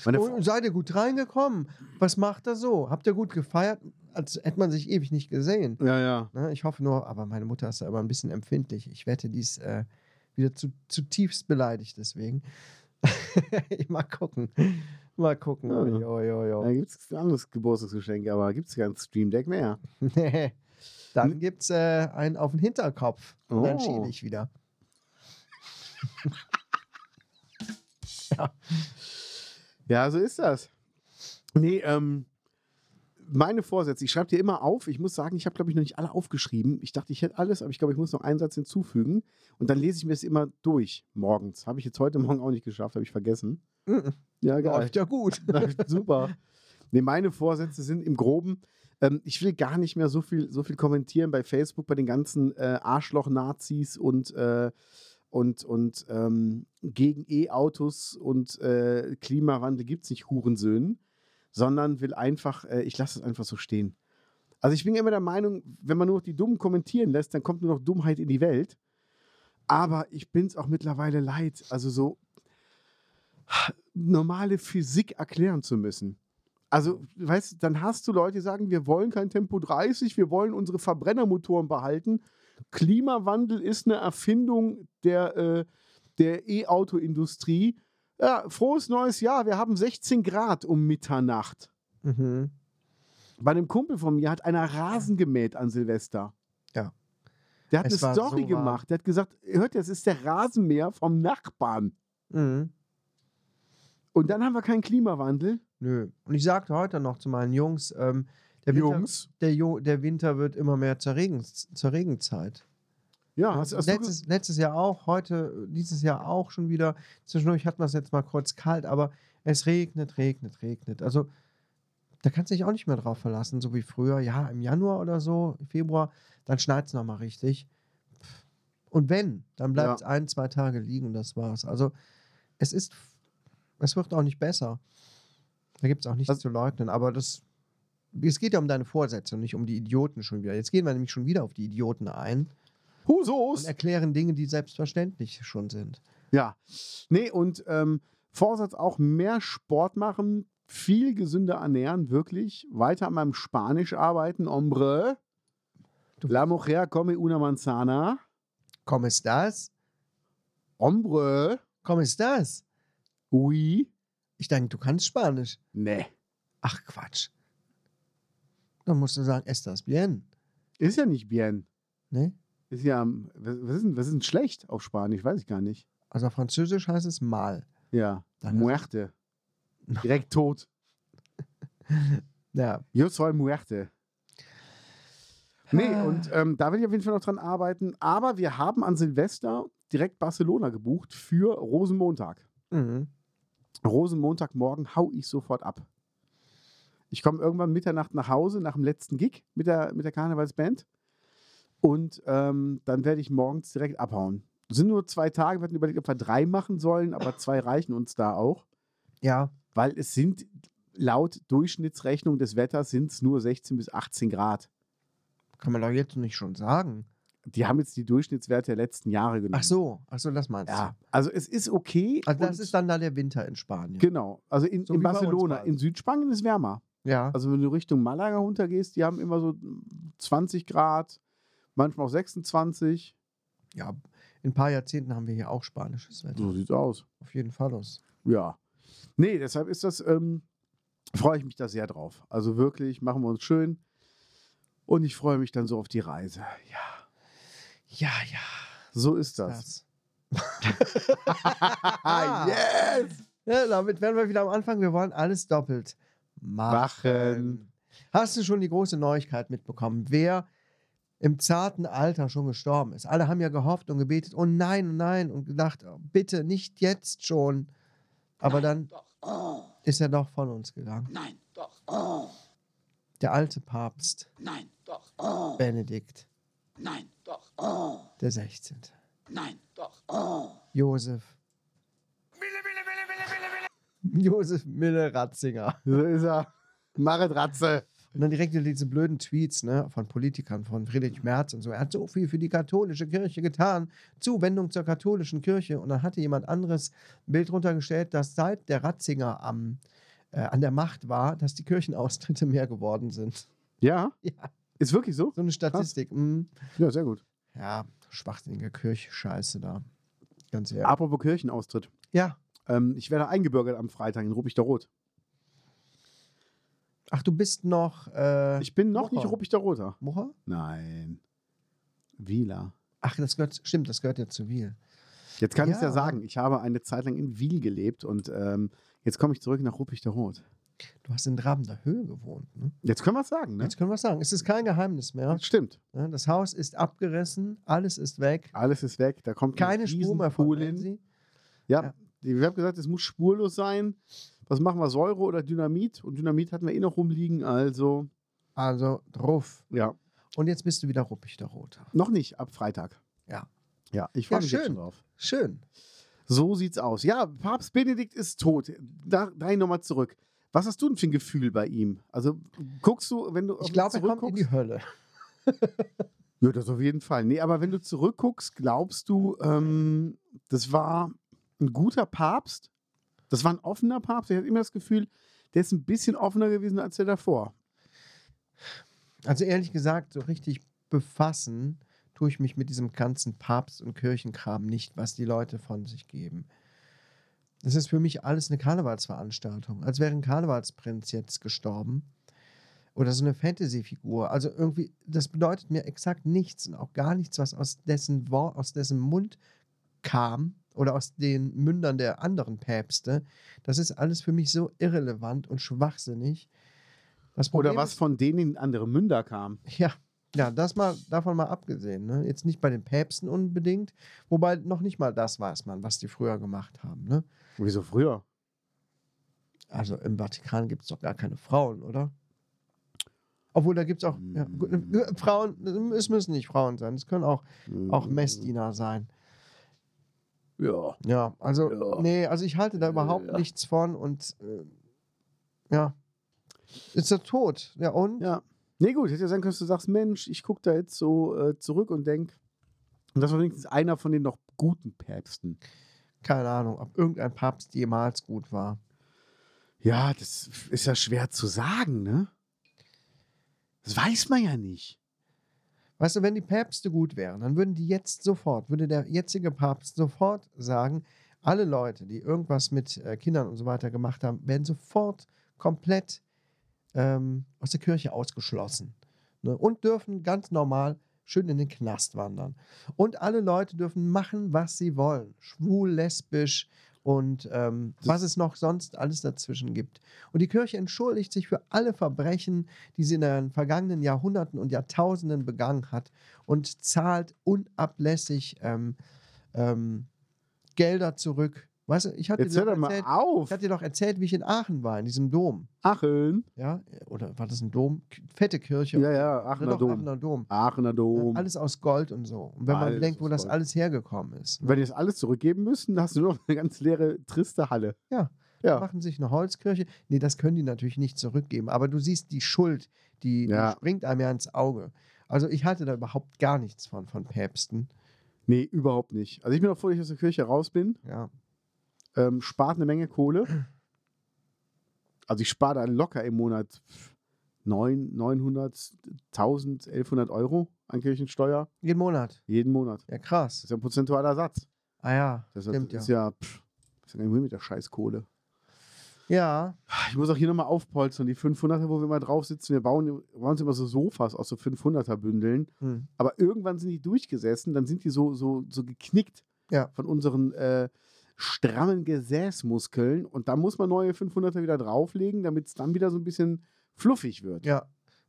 [SPEAKER 2] Meine
[SPEAKER 1] Und
[SPEAKER 2] Frau,
[SPEAKER 1] seid ihr gut reingekommen? Was macht er so? Habt ihr gut gefeiert? Als hätte man sich ewig nicht gesehen.
[SPEAKER 2] ja, ja.
[SPEAKER 1] Ne? Ich hoffe nur, aber meine Mutter ist da immer ein bisschen empfindlich. Ich wette, die ist äh, wieder zu, zutiefst beleidigt deswegen. mal gucken. Mal gucken.
[SPEAKER 2] Ja.
[SPEAKER 1] Oi, oi, oi,
[SPEAKER 2] Da
[SPEAKER 1] oi.
[SPEAKER 2] gibt es ein anderes Geburtstagsgeschenk, aber gibt es kein Stream Deck mehr.
[SPEAKER 1] Nee. Dann gibt es äh, einen auf den Hinterkopf. Und Dann
[SPEAKER 2] Oh.
[SPEAKER 1] schiebe ich wieder.
[SPEAKER 2] Ja, so ist das. Nee, ähm, meine Vorsätze, ich schreibe dir immer auf. Ich muss sagen, ich habe, glaube ich, noch nicht alle aufgeschrieben. Ich dachte, ich hätte alles, aber ich glaube, ich muss noch einen Satz hinzufügen. Und dann lese ich mir das immer durch morgens. Habe ich jetzt heute Morgen auch nicht geschafft, habe ich vergessen.
[SPEAKER 1] Mhm.
[SPEAKER 2] Ja,
[SPEAKER 1] Läuft ja gut.
[SPEAKER 2] Läuft Super. Nee, meine Vorsätze sind im Groben, ähm, ich will gar nicht mehr so viel, so viel kommentieren bei Facebook, bei den ganzen äh, Arschloch-Nazis und, äh, und, und ähm, gegen E-Autos und äh, Klimawandel gibt es nicht Hurensöhnen, sondern will einfach, äh, ich lasse es einfach so stehen. Also ich bin immer der Meinung, wenn man nur noch die Dummen kommentieren lässt, dann kommt nur noch Dummheit in die Welt. Aber ich bin es auch mittlerweile leid. Also so, normale Physik erklären zu müssen. Also, weißt du, dann hast du Leute, die sagen, wir wollen kein Tempo 30, wir wollen unsere Verbrennermotoren behalten. Klimawandel ist eine Erfindung der, äh, der E-Auto-Industrie. Ja, frohes neues Jahr, wir haben 16 Grad um Mitternacht.
[SPEAKER 1] Mhm.
[SPEAKER 2] Bei einem Kumpel von mir hat einer Rasen gemäht an Silvester.
[SPEAKER 1] Ja.
[SPEAKER 2] Der hat
[SPEAKER 1] Es
[SPEAKER 2] eine
[SPEAKER 1] war so
[SPEAKER 2] Story
[SPEAKER 1] warm.
[SPEAKER 2] gemacht. Der hat gesagt, hört, ihr, das ist der Rasenmäher vom Nachbarn.
[SPEAKER 1] Mhm.
[SPEAKER 2] Und dann haben wir keinen Klimawandel.
[SPEAKER 1] Nö. Und ich sagte heute noch zu meinen Jungs, ähm, der, Winter, der, jo der Winter wird immer mehr zur, Regens zur Regenzeit.
[SPEAKER 2] Ja, hast, hast du
[SPEAKER 1] letztes, letztes Jahr auch, heute, äh, dieses Jahr auch schon wieder. Zwischendurch hatten wir es jetzt mal kurz kalt, aber es regnet, regnet, regnet. Also da kannst du dich auch nicht mehr drauf verlassen, so wie früher. Ja, im Januar oder so, im Februar, dann schneit es nochmal richtig. Und wenn, dann bleibt es
[SPEAKER 2] Ja.
[SPEAKER 1] ein, zwei Tage liegen und das war's. Also es ist, es wird auch nicht besser. Da gibt es auch nichts
[SPEAKER 2] Also-
[SPEAKER 1] zu leugnen, aber das, es geht ja um deine Vorsätze und nicht um die Idioten schon wieder. Jetzt gehen wir nämlich schon wieder auf die Idioten ein und
[SPEAKER 2] Husos!
[SPEAKER 1] erklären Dinge, die selbstverständlich schon sind.
[SPEAKER 2] Ja. Nee, und ähm, Vorsatz auch mehr Sport machen, viel gesünder ernähren, wirklich. Weiter an meinem Spanisch arbeiten, hombre.
[SPEAKER 1] Du-
[SPEAKER 2] La mujer come una manzana.
[SPEAKER 1] Komm, ist das?
[SPEAKER 2] Hombre.
[SPEAKER 1] Komm, ist das?
[SPEAKER 2] Ui.
[SPEAKER 1] Ich denke, du kannst Spanisch.
[SPEAKER 2] Nee.
[SPEAKER 1] Ach Quatsch. Dann musst du sagen, estas bien.
[SPEAKER 2] Ist ja nicht bien.
[SPEAKER 1] Ne?
[SPEAKER 2] Ist ja, ähm, was was ist denn, was ist denn schlecht auf Spanisch? Weiß ich gar nicht.
[SPEAKER 1] Also auf Französisch heißt es mal.
[SPEAKER 2] Ja.
[SPEAKER 1] Dann-
[SPEAKER 2] Muerte. Direkt tot.
[SPEAKER 1] Ja,
[SPEAKER 2] Yo soy muerte. Nee,
[SPEAKER 1] Ah.
[SPEAKER 2] und ähm, da will ich auf jeden Fall noch dran arbeiten. Aber wir haben an Silvester direkt Barcelona gebucht für Rosenmontag.
[SPEAKER 1] mhm.
[SPEAKER 2] Rosenmontagmorgen hau ich sofort ab. Ich komme irgendwann Mitternacht nach Hause nach dem letzten Gig mit der, mit der Karnevalsband. Und ähm, dann werde ich morgens direkt abhauen. Sind nur zwei Tage, wir hatten überlegt, ob wir drei machen sollen, aber zwei reichen uns da auch.
[SPEAKER 1] ja
[SPEAKER 2] weil es sind laut Durchschnittsrechnung des Wetters sind es nur 16 bis 18 Grad.
[SPEAKER 1] kann man doch jetzt nicht schon sagen.
[SPEAKER 2] Die haben jetzt die Durchschnittswerte der letzten Jahre genommen.
[SPEAKER 1] Ach so, ach so, das meinst
[SPEAKER 2] Ja, also es ist okay.
[SPEAKER 1] du. Also das
[SPEAKER 2] und-
[SPEAKER 1] ist dann da der Winter in Spanien.
[SPEAKER 2] Genau, also in,
[SPEAKER 1] So
[SPEAKER 2] in
[SPEAKER 1] wie bei uns
[SPEAKER 2] Barcelona,
[SPEAKER 1] quasi.
[SPEAKER 2] in Südspanien ist wärmer.
[SPEAKER 1] Ja,
[SPEAKER 2] Also wenn du Richtung Malaga runtergehst, die haben immer so 20 Grad, manchmal auch 26.
[SPEAKER 1] ja. In ein paar Jahrzehnten haben wir hier auch spanisches Wetter.
[SPEAKER 2] So sieht's aus.
[SPEAKER 1] Auf jeden Fall los.
[SPEAKER 2] Ja. Nee, deshalb ist das, ähm, freue ich mich da sehr drauf. Also wirklich, machen wir uns schön. Und ich freue mich dann so auf die Reise. Ja,
[SPEAKER 1] Ja, ja.
[SPEAKER 2] so ist das.
[SPEAKER 1] Das.
[SPEAKER 2] Ah, yes!
[SPEAKER 1] Ja, damit wären wir wieder am Anfang. Wir wollen alles doppelt machen.
[SPEAKER 3] ähm, Hm.
[SPEAKER 2] Machen.
[SPEAKER 1] Ähm, Hast du schon die große Neuigkeit mitbekommen? Wer im zarten Alter schon gestorben ist? Alle haben ja gehofft und gebetet, oh nein, oh nein, und gedacht, oh, bitte nicht jetzt schon. Aber dann
[SPEAKER 3] Doch. Oh.
[SPEAKER 1] ist er doch von uns gegangen.
[SPEAKER 3] Nein. Doch. Oh.
[SPEAKER 1] Der alte Papst
[SPEAKER 3] Nein. Doch. Oh.
[SPEAKER 1] Benedikt
[SPEAKER 3] Nein. Doch. Oh.
[SPEAKER 1] der 16.
[SPEAKER 3] Nein. Doch. Oh.
[SPEAKER 1] Josef. Josef Mille Ratzinger.
[SPEAKER 2] So ist er. Marit Ratze.
[SPEAKER 1] Und dann direkt wieder diese blöden Tweets ne, von Politikern, von Friedrich Merz und so. Er hat so viel für die katholische Kirche getan. Zuwendung zur katholischen Kirche. Und dann hatte jemand anderes ein Bild runtergestellt, dass seit der Ratzinger am, äh, an der Macht war, dass die Kirchenaustritte mehr geworden sind.
[SPEAKER 2] Ja?
[SPEAKER 1] Ja.
[SPEAKER 2] Ist wirklich so?
[SPEAKER 1] So eine Statistik. mm.
[SPEAKER 2] Ja, sehr gut.
[SPEAKER 1] Ja, schwachsinnige Kirchscheiße da. Ganz ehrlich.
[SPEAKER 2] Apropos Kirchenaustritt.
[SPEAKER 1] ja.
[SPEAKER 2] Ähm, ich werde eingebürgert am Freitag in Ruppichter Rot.
[SPEAKER 1] Ach, du bist noch. Äh,
[SPEAKER 2] Ich bin noch
[SPEAKER 1] Woche.
[SPEAKER 2] nicht Ruppichter Roter.
[SPEAKER 1] Mocher?
[SPEAKER 2] Nein. Wieler.
[SPEAKER 1] Ach, das gehört. Stimmt, das gehört ja zu Wiel.
[SPEAKER 2] Jetzt kann ich es
[SPEAKER 1] Ja.
[SPEAKER 2] ja sagen, ich habe eine Zeit lang in Wiel gelebt und ähm, jetzt komme ich zurück nach Ruppichter Rot.
[SPEAKER 1] Du hast in Drabender Höhe gewohnt. Ne?
[SPEAKER 2] Jetzt können wir es sagen, ne?
[SPEAKER 1] Jetzt können wir es sagen. Es ist kein Geheimnis mehr.
[SPEAKER 2] Stimmt.
[SPEAKER 1] Ne? Das Haus ist abgerissen, alles ist weg.
[SPEAKER 2] Alles ist weg. Da kommt ein
[SPEAKER 1] Keine Spur mehr von
[SPEAKER 2] Riesenpool hin.
[SPEAKER 1] Nancy. Ja.
[SPEAKER 2] Ja, die- wir haben gesagt, es muss spurlos sein. Was machen wir? Säure oder Dynamit? Und Dynamit hatten wir eh noch rumliegen, also
[SPEAKER 1] Also drauf.
[SPEAKER 2] ja.
[SPEAKER 1] Und jetzt bist du wieder ruppig, der Rote.
[SPEAKER 2] Noch nicht, ab Freitag.
[SPEAKER 1] Ja.
[SPEAKER 2] Ja, ich freue
[SPEAKER 1] Ja,
[SPEAKER 2] mich jetzt
[SPEAKER 1] schön.
[SPEAKER 2] schon drauf.
[SPEAKER 1] Schön.
[SPEAKER 2] So sieht's aus. Ja, Papst Benedikt ist tot. Da, dahin nochmal zurück. Was hast du denn für ein Gefühl bei ihm? Also guckst du, wenn du auf-
[SPEAKER 1] Ich glaube, er kommt in
[SPEAKER 2] zurückguckst?
[SPEAKER 1] die Hölle.
[SPEAKER 2] Ja, das auf jeden Fall. Nee, aber wenn du zurückguckst, glaubst du, ähm, das war ein guter Papst? Das war ein offener Papst? Ich hatte immer das Gefühl, der ist ein bisschen offener gewesen als der davor.
[SPEAKER 1] Also ehrlich gesagt, so richtig befassen tue ich mich mit diesem ganzen Papst- und Kirchenkram nicht, was die Leute von sich geben. Das ist für mich alles eine Karnevalsveranstaltung, als wäre ein Karnevalsprinz jetzt gestorben oder so eine Fantasy-Figur. Also irgendwie, das bedeutet mir exakt nichts und auch gar nichts, was aus dessen, Wort, aus dessen Mund kam oder aus den Mündern der anderen Päpste, das ist alles für mich so irrelevant und schwachsinnig. Das
[SPEAKER 2] Oder
[SPEAKER 1] Problem
[SPEAKER 2] was
[SPEAKER 1] ist-
[SPEAKER 2] von denen in andere Münder kam.
[SPEAKER 1] Ja, ja, das mal davon mal abgesehen. Ne? Jetzt nicht bei den Päpsten unbedingt, wobei noch nicht mal das weiß man, was die früher gemacht haben. Ne?
[SPEAKER 2] Wieso früher?
[SPEAKER 1] Also im Vatikan gibt es doch gar keine Frauen, oder? Obwohl, da gibt es auch ja, gut,
[SPEAKER 2] Mm.
[SPEAKER 1] äh, Frauen, es müssen nicht Frauen sein, es können auch, auch
[SPEAKER 2] Mm.
[SPEAKER 1] Messdiener sein.
[SPEAKER 2] Ja.
[SPEAKER 1] Ja, also,
[SPEAKER 2] Ja.
[SPEAKER 1] nee, also ich halte da überhaupt
[SPEAKER 2] Ja.
[SPEAKER 1] nichts von und äh, ja. Ist er tot? Ja, und?
[SPEAKER 2] Ja. Nee, gut, hätte ja sein können, dass du sagst, Mensch, ich gucke da jetzt so äh, zurück und denke, und das war wenigstens einer von den noch guten Päpsten.
[SPEAKER 1] Keine Ahnung, ob irgendein Papst jemals gut war.
[SPEAKER 2] Ja, das ist ja schwer zu sagen, ne? Das weiß man ja nicht.
[SPEAKER 1] Weißt du, wenn die Päpste gut wären, dann würden die jetzt sofort, würde der jetzige Papst sofort sagen, alle Leute, die irgendwas mit äh, Kindern und so weiter gemacht haben, werden sofort komplett ähm, aus der Kirche ausgeschlossen. Ne? Und dürfen ganz normal schön in den Knast wandern. Und alle Leute dürfen machen, was sie wollen. Schwul, lesbisch und ähm,
[SPEAKER 2] Das-
[SPEAKER 1] was es noch sonst alles dazwischen gibt. Und die Kirche entschuldigt sich für alle Verbrechen, die sie in den vergangenen Jahrhunderten und Jahrtausenden begangen hat und zahlt unablässig ähm, ähm, Gelder zurück. Weißt du, ich hatte
[SPEAKER 2] Jetzt
[SPEAKER 1] dir
[SPEAKER 2] hör
[SPEAKER 1] doch
[SPEAKER 2] doch mal
[SPEAKER 1] erzählt, ich
[SPEAKER 2] auf.
[SPEAKER 1] hatte dir doch erzählt, wie ich in Aachen war, in diesem Dom.
[SPEAKER 2] Aachen.
[SPEAKER 1] Ja, oder war das ein Dom? K- Fette Kirche.
[SPEAKER 2] Ja, ja, Aachener
[SPEAKER 1] Doch,
[SPEAKER 2] Dom.
[SPEAKER 1] Aachener Dom. Ne,
[SPEAKER 2] Aachener Dom.
[SPEAKER 1] Alles aus Gold und so. Und wenn man
[SPEAKER 2] Alles
[SPEAKER 1] bedenkt, wo
[SPEAKER 2] aus
[SPEAKER 1] das
[SPEAKER 2] Gold.
[SPEAKER 1] alles hergekommen ist. ne?
[SPEAKER 2] Wenn die das alles zurückgeben müssen, hast du nur noch eine ganz leere, triste Halle.
[SPEAKER 1] Ja.
[SPEAKER 2] Ja.
[SPEAKER 1] Machen sich eine Holzkirche. Nee, das können die natürlich nicht zurückgeben. Aber du siehst die Schuld, die,
[SPEAKER 2] Ja.
[SPEAKER 1] die springt einem ja ins Auge. Also ich halte da überhaupt gar nichts von, von Päpsten.
[SPEAKER 2] Nee, überhaupt nicht. Also ich bin auch froh, dass ich aus der Kirche raus bin.
[SPEAKER 1] Ja.
[SPEAKER 2] ähm, spart eine Menge Kohle. Also ich spare da locker im Monat neun- 900, 1000, 1100 Euro an Kirchensteuer
[SPEAKER 1] Jeden Monat.
[SPEAKER 2] jeden Monat.
[SPEAKER 1] Ja,
[SPEAKER 2] Das
[SPEAKER 1] krass.
[SPEAKER 2] ist ja ein prozentualer Satz.
[SPEAKER 1] Ah ja,
[SPEAKER 2] Das
[SPEAKER 1] stimmt ja.
[SPEAKER 2] ist ja, pff, ist ja gar nicht mehr mit der Scheißkohle.
[SPEAKER 1] Ja,
[SPEAKER 2] Ich muss auch hier nochmal aufpolstern, die 500er, wo wir immer drauf sitzen. Wir bauen, bauen uns immer so Sofas aus so 500er-Bündeln.
[SPEAKER 1] hm.
[SPEAKER 2] Aber irgendwann sind die durchgesessen, dann sind die so, so, so geknickt
[SPEAKER 1] Ja.
[SPEAKER 2] von unseren äh, strammen Gesäßmuskeln. Und da muss man neue 500er wieder drauflegen, damit es dann wieder so ein bisschen fluffig wird.
[SPEAKER 1] ja.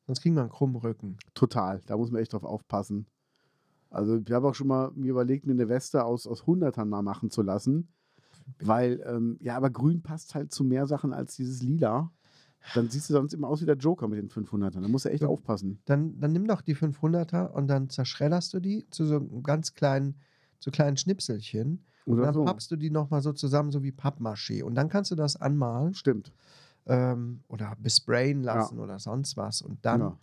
[SPEAKER 1] Sonst kriegen wir einen krummen Rücken.
[SPEAKER 2] Total, da muss man echt drauf aufpassen. Also ich habe auch schon mal mir überlegt, mir eine Weste aus, aus 100ern mal machen zu lassen. Weil, ähm, ja, aber grün passt halt zu mehr Sachen als dieses lila. Dann siehst du sonst immer aus wie der Joker mit den 500ern. Da musst du echt
[SPEAKER 1] Ja.
[SPEAKER 2] aufpassen.
[SPEAKER 1] dann, dann nimm doch die 500er und dann zerschredderst du die zu so einem ganz kleinen, zu kleinen Schnipselchen. Und
[SPEAKER 2] Oder
[SPEAKER 1] dann
[SPEAKER 2] so.
[SPEAKER 1] pappst du die nochmal so zusammen, so wie Pappmaché. Und dann kannst du das anmalen
[SPEAKER 2] Stimmt.
[SPEAKER 1] ähm, oder besprayen lassen oder sonst was. Und dann,
[SPEAKER 2] ja.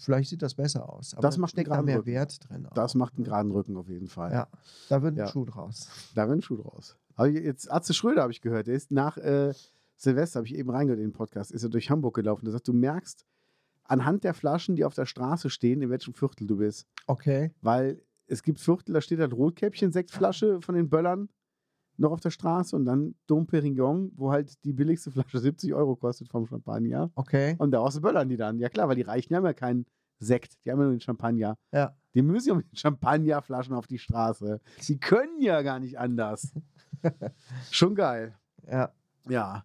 [SPEAKER 1] vielleicht sieht das besser aus. Aber
[SPEAKER 2] Genau. Das
[SPEAKER 1] dann
[SPEAKER 2] macht einen
[SPEAKER 1] steckt da mehr
[SPEAKER 2] geraden Rücken.
[SPEAKER 1] Wert drin. auch.
[SPEAKER 2] Das macht einen geraden Rücken auf jeden Fall.
[SPEAKER 1] Ja, da wird ein
[SPEAKER 2] Ja.
[SPEAKER 1] Schuh draus.
[SPEAKER 2] Da rennt Schuh draus. Aber jetzt, Atze Schröder habe ich gehört, der ist nach äh, Silvester, habe ich eben reingehört in den Podcast, ist er durch Hamburg gelaufen. Der sagt, du merkst anhand der Flaschen, die auf der Straße stehen, in welchem Viertel du bist.
[SPEAKER 1] Okay.
[SPEAKER 2] Weil es gibt Viertel, da steht halt Rotkäppchen, Sektflasche von den Böllern noch auf der Straße und dann Dom Perignon, wo halt die billigste Flasche 70 Euro kostet vom Champagner.
[SPEAKER 1] Okay.
[SPEAKER 2] Und daraus böllern die dann. Ja klar, weil die Reichen haben ja keinen Sekt, die haben ja nur den Champagner.
[SPEAKER 1] Ja.
[SPEAKER 2] Die müssen ja mit den Champagnerflaschen auf die Straße. Die können ja gar nicht anders. Schon geil.
[SPEAKER 1] Ja.
[SPEAKER 2] Ja.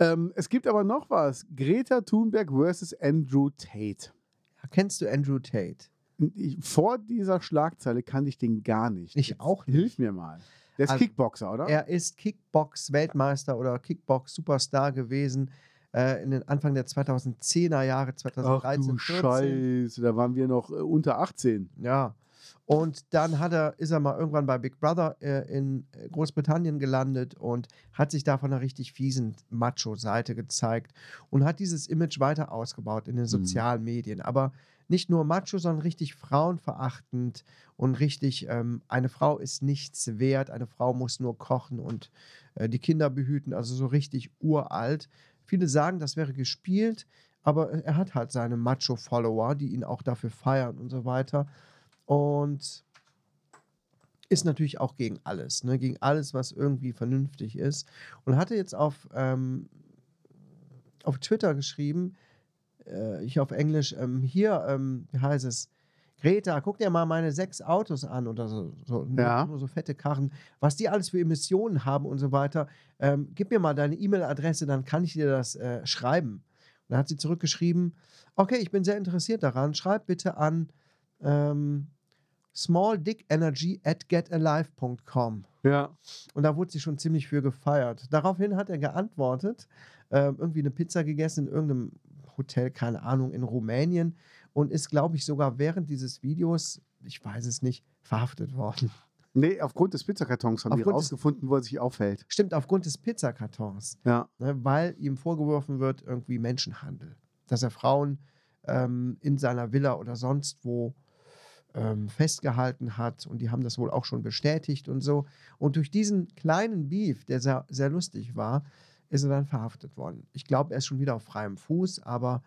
[SPEAKER 2] Ähm, es gibt aber noch was. Greta Thunberg versus Andrew Tate.
[SPEAKER 1] Kennst du Andrew Tate?
[SPEAKER 2] Ich, vor dieser Schlagzeile kannte ich den gar nicht.
[SPEAKER 1] Ich auch nicht.
[SPEAKER 2] Hilf mir mal. Der ist
[SPEAKER 1] Also,
[SPEAKER 2] Kickboxer, oder?
[SPEAKER 1] Er ist Kickbox-Weltmeister oder Kickbox-Superstar gewesen äh, in den Anfang der 2010er Jahre,
[SPEAKER 2] Ach
[SPEAKER 1] 2013,
[SPEAKER 2] du
[SPEAKER 1] 14.
[SPEAKER 2] Scheiße, da waren wir noch äh, unter 18.
[SPEAKER 1] Ja. Und dann hat er, ist er mal irgendwann bei Big Brother äh, in Großbritannien gelandet und hat sich da von einer richtig fiesen Macho-Seite gezeigt und hat dieses Image weiter ausgebaut in den sozialen Medien. Aber nicht nur Macho, sondern richtig frauenverachtend und richtig, ähm, eine Frau ist nichts wert, eine Frau muss nur kochen und äh, die Kinder behüten, also so richtig uralt. Viele sagen, das wäre gespielt, aber er hat halt seine Macho-Follower, die ihn auch dafür feiern und so weiter. Und ist natürlich auch gegen alles, ne? gegen alles, was irgendwie vernünftig ist. Und hatte jetzt auf, ähm, auf Twitter geschrieben, äh, ich auf Englisch, ähm, hier, ähm, wie heißt es? Greta, guck dir mal meine sechs Autos an oder so, so
[SPEAKER 2] Ja.
[SPEAKER 1] nur so fette Karren, was die alles für Emissionen haben und so weiter. Ähm, gib mir mal deine E-Mail-Adresse, dann kann ich dir das äh, schreiben. Und dann hat sie zurückgeschrieben, okay, ich bin sehr interessiert daran, schreib bitte an ähm, smalldickenergy at getalive.com.
[SPEAKER 2] Ja.
[SPEAKER 1] Und da wurde sie schon ziemlich für gefeiert. Daraufhin hat er geantwortet, ähm, irgendwie eine Pizza gegessen in irgendeinem Hotel, keine Ahnung, in Rumänien und ist, glaube ich, sogar während dieses Videos, ich weiß es nicht, verhaftet worden.
[SPEAKER 2] Nee, aufgrund des Pizzakartons haben die
[SPEAKER 1] Aufgrund des-
[SPEAKER 2] rausgefunden, wo er sich aufhält.
[SPEAKER 1] Stimmt, aufgrund des Pizzakartons,
[SPEAKER 2] Ja.
[SPEAKER 1] ne, weil ihm vorgeworfen wird, irgendwie Menschenhandel. Dass er Frauen ähm, in seiner Villa oder sonst wo ähm, festgehalten hat und die haben das wohl auch schon bestätigt und so. Und durch diesen kleinen Beef, der sehr, sehr lustig war, ist er dann verhaftet worden. Ich glaube, er ist schon wieder auf freiem Fuß, aber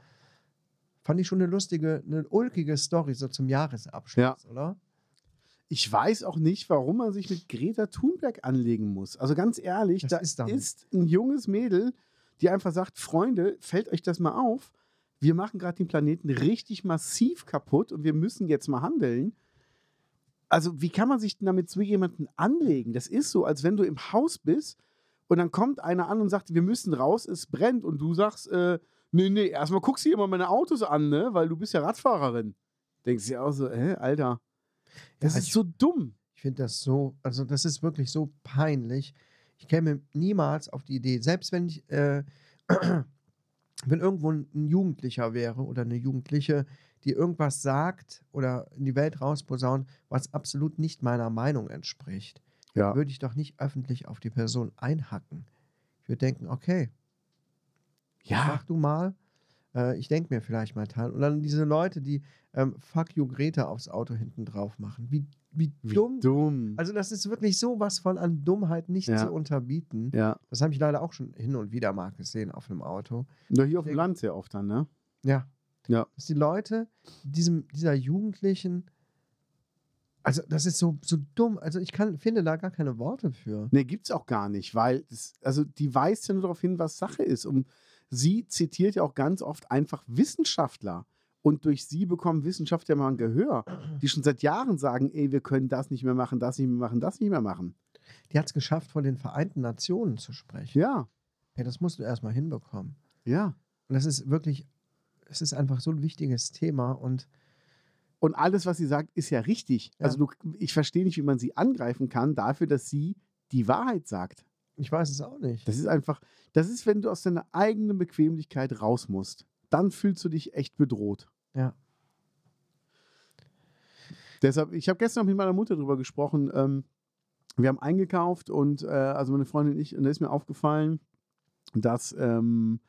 [SPEAKER 1] fand ich schon eine lustige, eine ulkige Story so zum Jahresabschluss, oder?
[SPEAKER 2] Ich weiß auch nicht, warum man sich mit Greta Thunberg anlegen muss. Also ganz ehrlich,
[SPEAKER 1] Das
[SPEAKER 2] da
[SPEAKER 1] ist
[SPEAKER 2] ist,
[SPEAKER 1] doch nicht.
[SPEAKER 2] ein junges Mädel, die einfach sagt, Freunde, fällt euch das mal auf. Wir machen gerade den Planeten richtig massiv kaputt und wir müssen jetzt mal handeln. Also wie kann man sich denn damit so jemanden anlegen? Das ist so, als wenn du im Haus bist und dann kommt einer an und sagt, wir müssen raus, es brennt. Und du sagst, äh, nee, nee, erstmal guckst du dir immer meine Autos an, ne? weil du bist ja Radfahrerin. Denkst du dir auch so, hä, Alter, das
[SPEAKER 1] Ja,
[SPEAKER 2] ist
[SPEAKER 1] ich-
[SPEAKER 2] so dumm.
[SPEAKER 1] Ich finde das so, also das ist wirklich so peinlich. Ich käme niemals auf die Idee, selbst wenn ich, äh, wenn irgendwo ein Jugendlicher wäre oder eine Jugendliche, die irgendwas sagt oder in die Welt rausposaunt, was absolut nicht meiner Meinung entspricht,
[SPEAKER 2] Ja.
[SPEAKER 1] würde ich doch nicht öffentlich auf die Person einhacken. Ich würde denken, okay, mach
[SPEAKER 2] Ja,
[SPEAKER 1] du mal. Äh, ich denke mir vielleicht mal teil. Und dann diese Leute, die ähm, Fuck you Greta aufs Auto hinten drauf machen. Wie, wie,
[SPEAKER 2] wie
[SPEAKER 1] dumm
[SPEAKER 2] dumm.
[SPEAKER 1] also das ist wirklich sowas von an Dummheit nicht
[SPEAKER 2] Ja.
[SPEAKER 1] zu unterbieten.
[SPEAKER 2] ja.
[SPEAKER 1] Das habe ich leider auch schon hin und wieder mal gesehen auf einem Auto.
[SPEAKER 2] Nur hier auf dem
[SPEAKER 1] Deswegen-
[SPEAKER 2] Land sehr oft dann, ne?
[SPEAKER 1] Ja.
[SPEAKER 2] Ja.
[SPEAKER 1] Dass die Leute diesem, dieser Jugendlichen, also das ist so, so dumm. Also ich kann, finde da gar keine Worte für.
[SPEAKER 2] Ne, gibt's auch gar nicht, weil das, also die weist ja nur darauf hin, was Sache ist. Und sie zitiert ja auch ganz oft einfach Wissenschaftler. Und durch sie bekommen Wissenschaftler mal ein Gehör, die schon seit Jahren sagen, ey, wir können das nicht mehr machen, das nicht mehr machen, das nicht mehr machen.
[SPEAKER 1] Die hat es geschafft, von den Vereinten Nationen zu sprechen.
[SPEAKER 2] Ja,
[SPEAKER 1] Hey, das musst du erstmal hinbekommen.
[SPEAKER 2] ja.
[SPEAKER 1] Und das ist wirklich, es ist einfach so ein wichtiges Thema und
[SPEAKER 2] Und alles, was sie sagt, ist ja richtig.
[SPEAKER 1] Ja.
[SPEAKER 2] Also du, ich verstehe nicht, wie man sie angreifen kann dafür, dass sie die Wahrheit sagt.
[SPEAKER 1] ich weiß es auch nicht.
[SPEAKER 2] Das ist einfach, das ist, wenn du aus deiner eigenen Bequemlichkeit raus musst. Dann fühlst du dich echt bedroht.
[SPEAKER 1] Ja.
[SPEAKER 2] Deshalb, ich habe gestern noch mit meiner Mutter drüber gesprochen. Ähm, wir haben eingekauft und äh, also meine Freundin und ich, und da ist mir aufgefallen, dass ähm,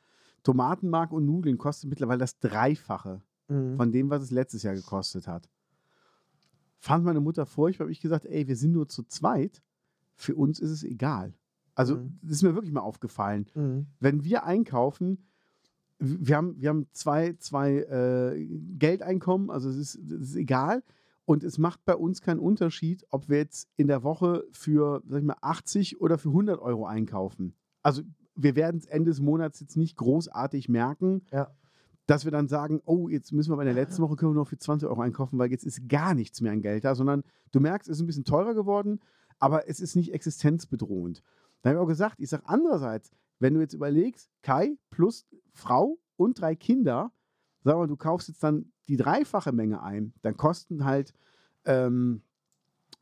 [SPEAKER 2] Tomatenmark und Nudeln kosten mittlerweile das Dreifache
[SPEAKER 1] Mhm.
[SPEAKER 2] von dem, was es letztes Jahr gekostet hat. Fand meine Mutter furchtbar, habe ich gesagt, ey, wir sind nur zu zweit, für uns ist es egal. Also,
[SPEAKER 1] Mhm.
[SPEAKER 2] das ist mir wirklich mal aufgefallen.
[SPEAKER 1] Mhm.
[SPEAKER 2] Wenn wir einkaufen, w- wir haben, wir haben zwei, zwei äh, Geldeinkommen, also es ist, es ist egal. Und es macht bei uns keinen Unterschied, ob wir jetzt in der Woche für, sag ich mal, 80 oder für 100 Euro einkaufen. Also, wir werden es Ende des Monats jetzt nicht großartig merken,
[SPEAKER 1] Ja.
[SPEAKER 2] dass wir dann sagen, oh, jetzt müssen wir bei der letzten Woche können wir noch für 20 Euro einkaufen, weil jetzt ist gar nichts mehr an Geld da, sondern du merkst, es ist ein bisschen teurer geworden, aber es ist nicht existenzbedrohend. Da habe ich auch gesagt, ich sage andererseits, wenn du jetzt überlegst, Kai plus Frau und drei Kinder, sag mal, du kaufst jetzt dann die dreifache Menge ein, dann kosten halt ähm,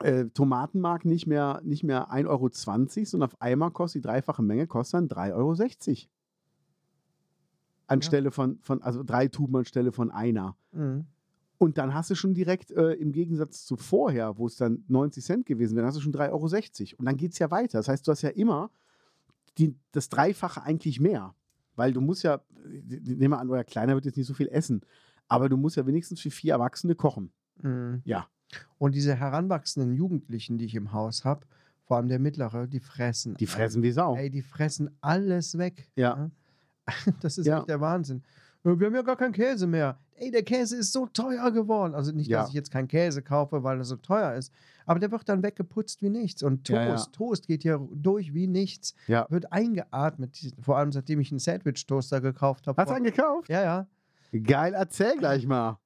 [SPEAKER 2] äh, Tomatenmark nicht mehr, nicht mehr 1,20 Euro, sondern auf einmal kostet die dreifache Menge kostet dann 3,60 Euro. Anstelle von, von, also drei Tuben anstelle von einer.
[SPEAKER 1] Mhm.
[SPEAKER 2] Und dann hast du schon direkt, äh, im Gegensatz zu vorher, wo es dann 90 Cent gewesen wäre, dann hast du schon 3,60 Euro. Und dann geht es ja weiter. Das heißt, du hast ja immer die, das Dreifache eigentlich mehr. Weil du musst ja, äh, nehmen wir an, euer Kleiner wird jetzt nicht so viel essen, aber du musst ja wenigstens für vier Erwachsene kochen.
[SPEAKER 1] Mhm.
[SPEAKER 2] Ja.
[SPEAKER 1] Und diese heranwachsenden Jugendlichen, die ich im Haus habe, vor allem der mittlere, die fressen.
[SPEAKER 2] Die fressen wie Sau.
[SPEAKER 1] Ey, die fressen alles weg.
[SPEAKER 2] Ja.
[SPEAKER 1] ne? Das ist
[SPEAKER 2] Ja.
[SPEAKER 1] echt der Wahnsinn. Ja, Wir haben ja gar keinen Käse mehr. Ey, der Käse ist so teuer geworden. Also nicht,
[SPEAKER 2] Ja.
[SPEAKER 1] dass ich jetzt keinen Käse kaufe, weil er so teuer ist. Aber der wird dann weggeputzt wie nichts. Und Toast,
[SPEAKER 2] Ja, ja.
[SPEAKER 1] Toast geht hier durch wie nichts.
[SPEAKER 2] Ja.
[SPEAKER 1] Wird eingeatmet. Vor allem, seitdem ich einen Sandwich-Toaster gekauft habe.
[SPEAKER 2] Hast du einen gekauft?
[SPEAKER 1] Ja, ja.
[SPEAKER 2] Geil, erzähl gleich mal.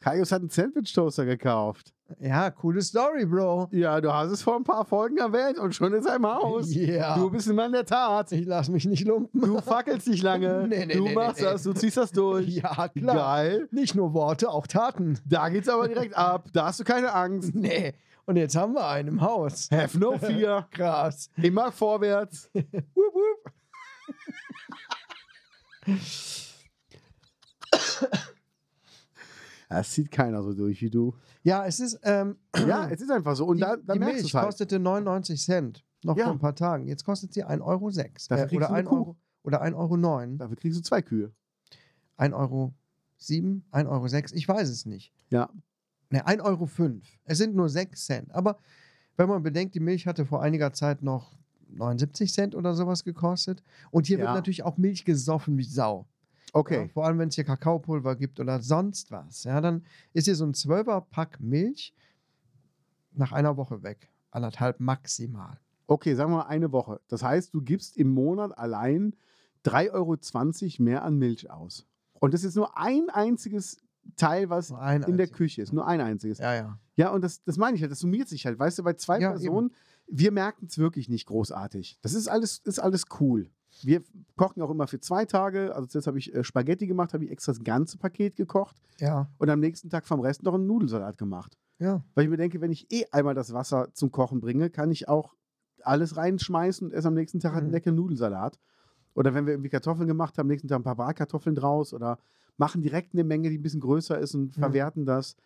[SPEAKER 2] Kaius hat einen Sandwich-Toaster gekauft.
[SPEAKER 1] Ja, coole Story, Bro.
[SPEAKER 2] Ja, du hast es vor ein paar Folgen erwähnt und schon ist er im Haus.
[SPEAKER 1] Ja.
[SPEAKER 2] Du bist ein Mann der Tat.
[SPEAKER 1] Ich lass mich nicht lumpen.
[SPEAKER 2] Du fackelst nicht lange.
[SPEAKER 1] Nee, nee,
[SPEAKER 2] du
[SPEAKER 1] nee,
[SPEAKER 2] machst
[SPEAKER 1] nee, nee.
[SPEAKER 2] das, du ziehst das durch.
[SPEAKER 1] Ja, klar.
[SPEAKER 2] Geil.
[SPEAKER 1] Nicht nur Worte, auch Taten.
[SPEAKER 2] Da geht's aber direkt ab. Da hast du keine Angst.
[SPEAKER 1] Nee. Und jetzt haben wir einen im Haus.
[SPEAKER 2] Have no fear.
[SPEAKER 1] Krass.
[SPEAKER 2] Immer vorwärts.
[SPEAKER 1] Wup, wup.
[SPEAKER 2] Das sieht keiner so durch wie du.
[SPEAKER 1] Ja, es ist. Ähm,
[SPEAKER 2] Ja, es ist einfach so. Und
[SPEAKER 1] die,
[SPEAKER 2] da, da
[SPEAKER 1] die
[SPEAKER 2] merkst
[SPEAKER 1] Milch
[SPEAKER 2] du halt.
[SPEAKER 1] kostete 99 Cent. Noch
[SPEAKER 2] Ja.
[SPEAKER 1] vor ein paar Tagen. Jetzt kostet sie 1,06 Euro. Sechs,
[SPEAKER 2] Dafür
[SPEAKER 1] äh,
[SPEAKER 2] kriegst
[SPEAKER 1] oder
[SPEAKER 2] du eine
[SPEAKER 1] 1
[SPEAKER 2] Kuh.
[SPEAKER 1] Euro. Oder 1,09 Euro. Neun,
[SPEAKER 2] Dafür kriegst du zwei Kühe.
[SPEAKER 1] 1,07 Euro, 1,06 Euro. Sechs, ich weiß es nicht.
[SPEAKER 2] Ja.
[SPEAKER 1] Ne, 1,05 Euro. fünf. Es sind nur 6 Cent. Aber wenn man bedenkt, die Milch hatte vor einiger Zeit noch 79 Cent oder sowas gekostet. Und hier
[SPEAKER 2] Ja.
[SPEAKER 1] wird natürlich auch Milch gesoffen wie Sau. Ja,
[SPEAKER 2] Okay.
[SPEAKER 1] vor allem, wenn es hier Kakaopulver gibt oder sonst was. Ja, dann ist hier so ein 12er-Pack Milch nach einer Woche weg. Anderthalb maximal.
[SPEAKER 2] Okay, sagen wir mal eine Woche. Das heißt, du gibst im Monat allein 3,20 Euro mehr an Milch aus. Und das ist nur ein einziges Teil, was
[SPEAKER 1] Nur ein
[SPEAKER 2] in der
[SPEAKER 1] einziges.
[SPEAKER 2] Küche ist. Nur ein einziges.
[SPEAKER 1] Ja, ja.
[SPEAKER 2] Ja, und das, das meine ich halt, das summiert sich halt. Weißt du, bei zwei
[SPEAKER 1] Ja,
[SPEAKER 2] Personen, wir merken es wirklich nicht großartig. Das ist alles, ist alles cool. Wir kochen auch immer für zwei Tage. Also zuerst habe ich äh, Spaghetti gemacht, habe ich extra das ganze Paket gekocht
[SPEAKER 1] Ja,
[SPEAKER 2] und am nächsten Tag vom Rest noch einen Nudelsalat gemacht.
[SPEAKER 1] ja.
[SPEAKER 2] Weil ich mir denke, wenn ich eh einmal das Wasser zum Kochen bringe, kann ich auch alles reinschmeißen und erst am nächsten Tag einen
[SPEAKER 1] Mhm.
[SPEAKER 2] leckeren Nudelsalat. Oder wenn wir irgendwie Kartoffeln gemacht haben, am nächsten Tag ein paar Bratkartoffeln draus oder machen direkt eine Menge, die ein bisschen größer ist und verwerten das.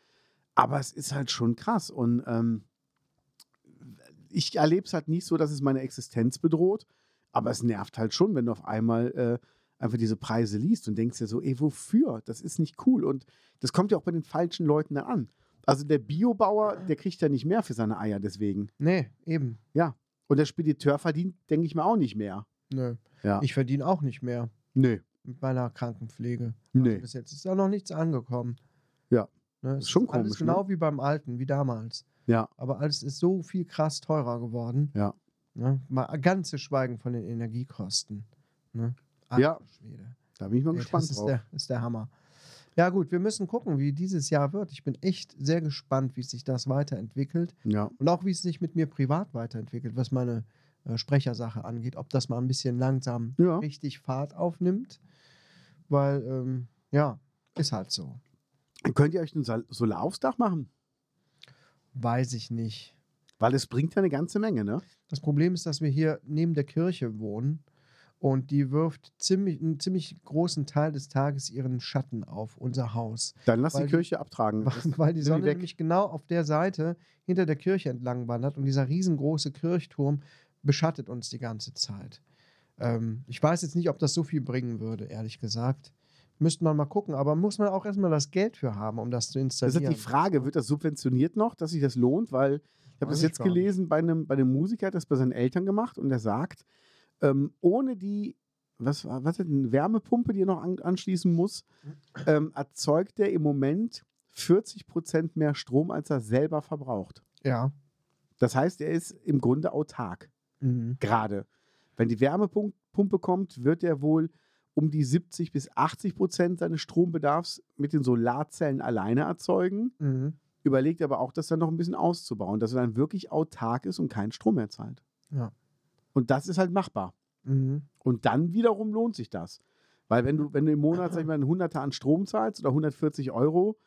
[SPEAKER 2] Aber es ist halt schon krass. Und ähm, ich erlebe es halt nicht so, dass es meine Existenz bedroht. Aber es nervt halt schon, wenn du auf einmal äh, einfach diese Preise liest und denkst dir so, ey, wofür? Das ist nicht cool. Und das kommt ja auch bei den falschen Leuten dann an. Also der Biobauer, der kriegt ja nicht mehr für seine Eier deswegen.
[SPEAKER 1] Nee, eben.
[SPEAKER 2] Und der Spediteur verdient, denke ich mal, auch nicht mehr.
[SPEAKER 1] Nö.
[SPEAKER 2] Ja.
[SPEAKER 1] Ich verdiene auch nicht mehr
[SPEAKER 2] Nö.
[SPEAKER 1] mit meiner Krankenpflege.
[SPEAKER 2] Nee.
[SPEAKER 1] Also bis jetzt ist da noch nichts angekommen.
[SPEAKER 2] Ja.
[SPEAKER 1] Ne,
[SPEAKER 2] Ist
[SPEAKER 1] es
[SPEAKER 2] schon
[SPEAKER 1] ist alles
[SPEAKER 2] komisch, ne?
[SPEAKER 1] genau wie beim Alten, wie damals.
[SPEAKER 2] Ja.
[SPEAKER 1] Aber alles ist so viel krass teurer geworden.
[SPEAKER 2] Ja.
[SPEAKER 1] Ne? Mal ganz zu schweigen von den Energiekosten. Ne? Ach,
[SPEAKER 2] Ja.
[SPEAKER 1] du Schwede.
[SPEAKER 2] Da bin ich mal
[SPEAKER 1] Ey,
[SPEAKER 2] gespannt
[SPEAKER 1] das ist
[SPEAKER 2] drauf.
[SPEAKER 1] der, ist der Hammer. Ja, gut, wir müssen gucken, wie dieses Jahr wird. Ich bin echt sehr gespannt, wie sich das weiterentwickelt
[SPEAKER 2] Ja.
[SPEAKER 1] und auch wie es sich mit mir privat weiterentwickelt, was meine äh, Sprechersache angeht. Ob das mal ein bisschen langsam
[SPEAKER 2] Ja.
[SPEAKER 1] richtig Fahrt aufnimmt, weil, ähm, ja, ist halt so.
[SPEAKER 2] Könnt ihr euch ein Sol- Solar aufs Dach machen?
[SPEAKER 1] Weiß ich nicht.
[SPEAKER 2] Weil es bringt ja eine ganze Menge, ne?
[SPEAKER 1] Das Problem ist, dass wir hier neben der Kirche wohnen und die wirft ziemlich, einen ziemlich großen Teil des Tages ihren Schatten auf unser Haus,
[SPEAKER 2] Dann lass
[SPEAKER 1] Weil
[SPEAKER 2] die
[SPEAKER 1] die-
[SPEAKER 2] Kirche abtragen. Das ist-
[SPEAKER 1] weil die
[SPEAKER 2] nimm die
[SPEAKER 1] Sonne
[SPEAKER 2] weg.
[SPEAKER 1] nämlich genau auf der Seite hinter der Kirche entlang wandert und dieser riesengroße Kirchturm beschattet uns die ganze Zeit. Ähm, ich weiß jetzt nicht, ob das so viel bringen würde, ehrlich gesagt. Müsste man mal gucken, aber muss man auch erstmal das Geld für haben, um das zu
[SPEAKER 2] Das ist
[SPEAKER 1] installieren.
[SPEAKER 2] halt die Frage, wird das subventioniert noch, dass sich das lohnt? Weil ich
[SPEAKER 1] Weiß
[SPEAKER 2] habe das
[SPEAKER 1] ich
[SPEAKER 2] jetzt
[SPEAKER 1] gar nicht.
[SPEAKER 2] gelesen, bei einem, bei einem Musiker hat das bei seinen Eltern gemacht und er sagt, ähm, ohne die, was war, was ist denn, Wärmepumpe, die er noch an, anschließen muss, ähm, erzeugt er im Moment 40 Prozent mehr Strom, als er selber verbraucht.
[SPEAKER 1] ja.
[SPEAKER 2] Das heißt, er ist im Grunde autark,
[SPEAKER 1] Mhm.
[SPEAKER 2] gerade. Wenn die Wärmepumpe kommt, wird er wohl um die 70 bis 80 Prozent seines Strombedarfs mit den Solarzellen alleine erzeugen
[SPEAKER 1] Mhm.
[SPEAKER 2] überlegt aber auch, das dann noch ein bisschen auszubauen, dass er dann wirklich autark ist und keinen Strom mehr zahlt.
[SPEAKER 1] Ja.
[SPEAKER 2] Und das ist halt machbar.
[SPEAKER 1] Mhm.
[SPEAKER 2] Und dann wiederum lohnt sich das. Weil wenn du, wenn du im Monat, sag ich mal, einen Hunderter an Strom zahlst oder 140 Euro,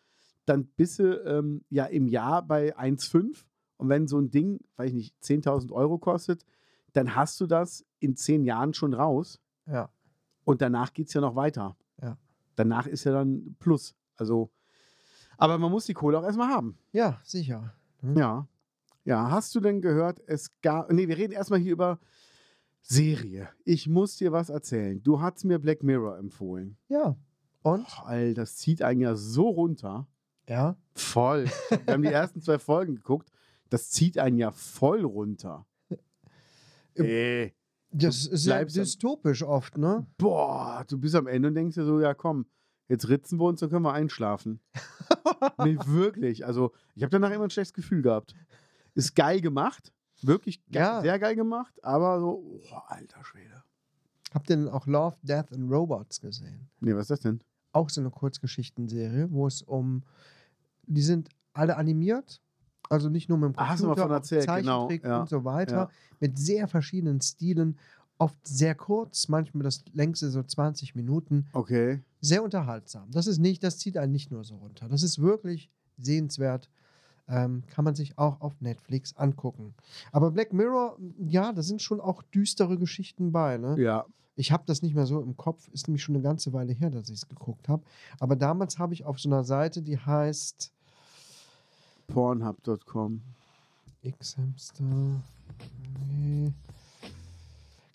[SPEAKER 2] dann bist du ähm, ja im Jahr bei 1,5. Und wenn so ein Ding, weiß ich nicht, 10.000 Euro kostet, dann hast du das in zehn Jahren schon raus.
[SPEAKER 1] Ja.
[SPEAKER 2] Und danach geht es ja noch weiter.
[SPEAKER 1] Ja.
[SPEAKER 2] Danach ist ja dann Plus. Also, aber man muss die Kohle auch erstmal haben.
[SPEAKER 1] Ja, sicher.
[SPEAKER 2] Ja. Ja, hast du denn gehört, es gab. Nee, wir reden erstmal hier über Serie. Ich muss dir was erzählen. Du hast mir Black Mirror empfohlen.
[SPEAKER 1] Ja. Und?
[SPEAKER 2] Och, Alter, das zieht einen ja so runter.
[SPEAKER 1] Ja.
[SPEAKER 2] Voll. Wir haben die ersten zwei Folgen geguckt. Das zieht einen ja voll runter. Äh.
[SPEAKER 1] Im-
[SPEAKER 2] Ey,
[SPEAKER 1] Das ist ja
[SPEAKER 2] bleibst am-
[SPEAKER 1] dystopisch oft, ne?
[SPEAKER 2] boah, du bist am Ende und denkst dir so, ja komm, jetzt ritzen wir uns, dann können wir einschlafen. nee, wirklich. Also, ich habe danach immer ein schlechtes Gefühl gehabt. Ist geil gemacht, wirklich ge-
[SPEAKER 1] Ja.
[SPEAKER 2] sehr geil gemacht, aber so, oh, alter Schwede.
[SPEAKER 1] Habt ihr denn auch Love, Death and Robots gesehen?
[SPEAKER 2] Nee, was ist das denn?
[SPEAKER 1] Auch so eine Kurzgeschichtenserie, wo es um Die sind alle animiert, also nicht nur mit dem
[SPEAKER 2] Ah,
[SPEAKER 1] Computer,
[SPEAKER 2] hast du mal von
[SPEAKER 1] auch
[SPEAKER 2] erzählt, genau,
[SPEAKER 1] Zeichentrick
[SPEAKER 2] ja,
[SPEAKER 1] und so weiter,
[SPEAKER 2] ja.
[SPEAKER 1] mit sehr verschiedenen Stilen, oft sehr kurz, manchmal das längste so 20 Minuten,
[SPEAKER 2] Okay.
[SPEAKER 1] sehr unterhaltsam. Das ist nicht, das zieht einen nicht nur so runter. Das ist wirklich sehenswert. Ähm, kann man sich auch auf Netflix angucken. Aber Black Mirror, ja, da sind schon auch düstere Geschichten bei. Ne?
[SPEAKER 2] Ja.
[SPEAKER 1] Ich habe das nicht mehr so im Kopf, ist nämlich schon eine ganze Weile her, dass ich es geguckt habe. Aber damals habe ich auf so einer Seite, die heißt
[SPEAKER 2] Pornhub.com.
[SPEAKER 1] X-Hamster. Nee.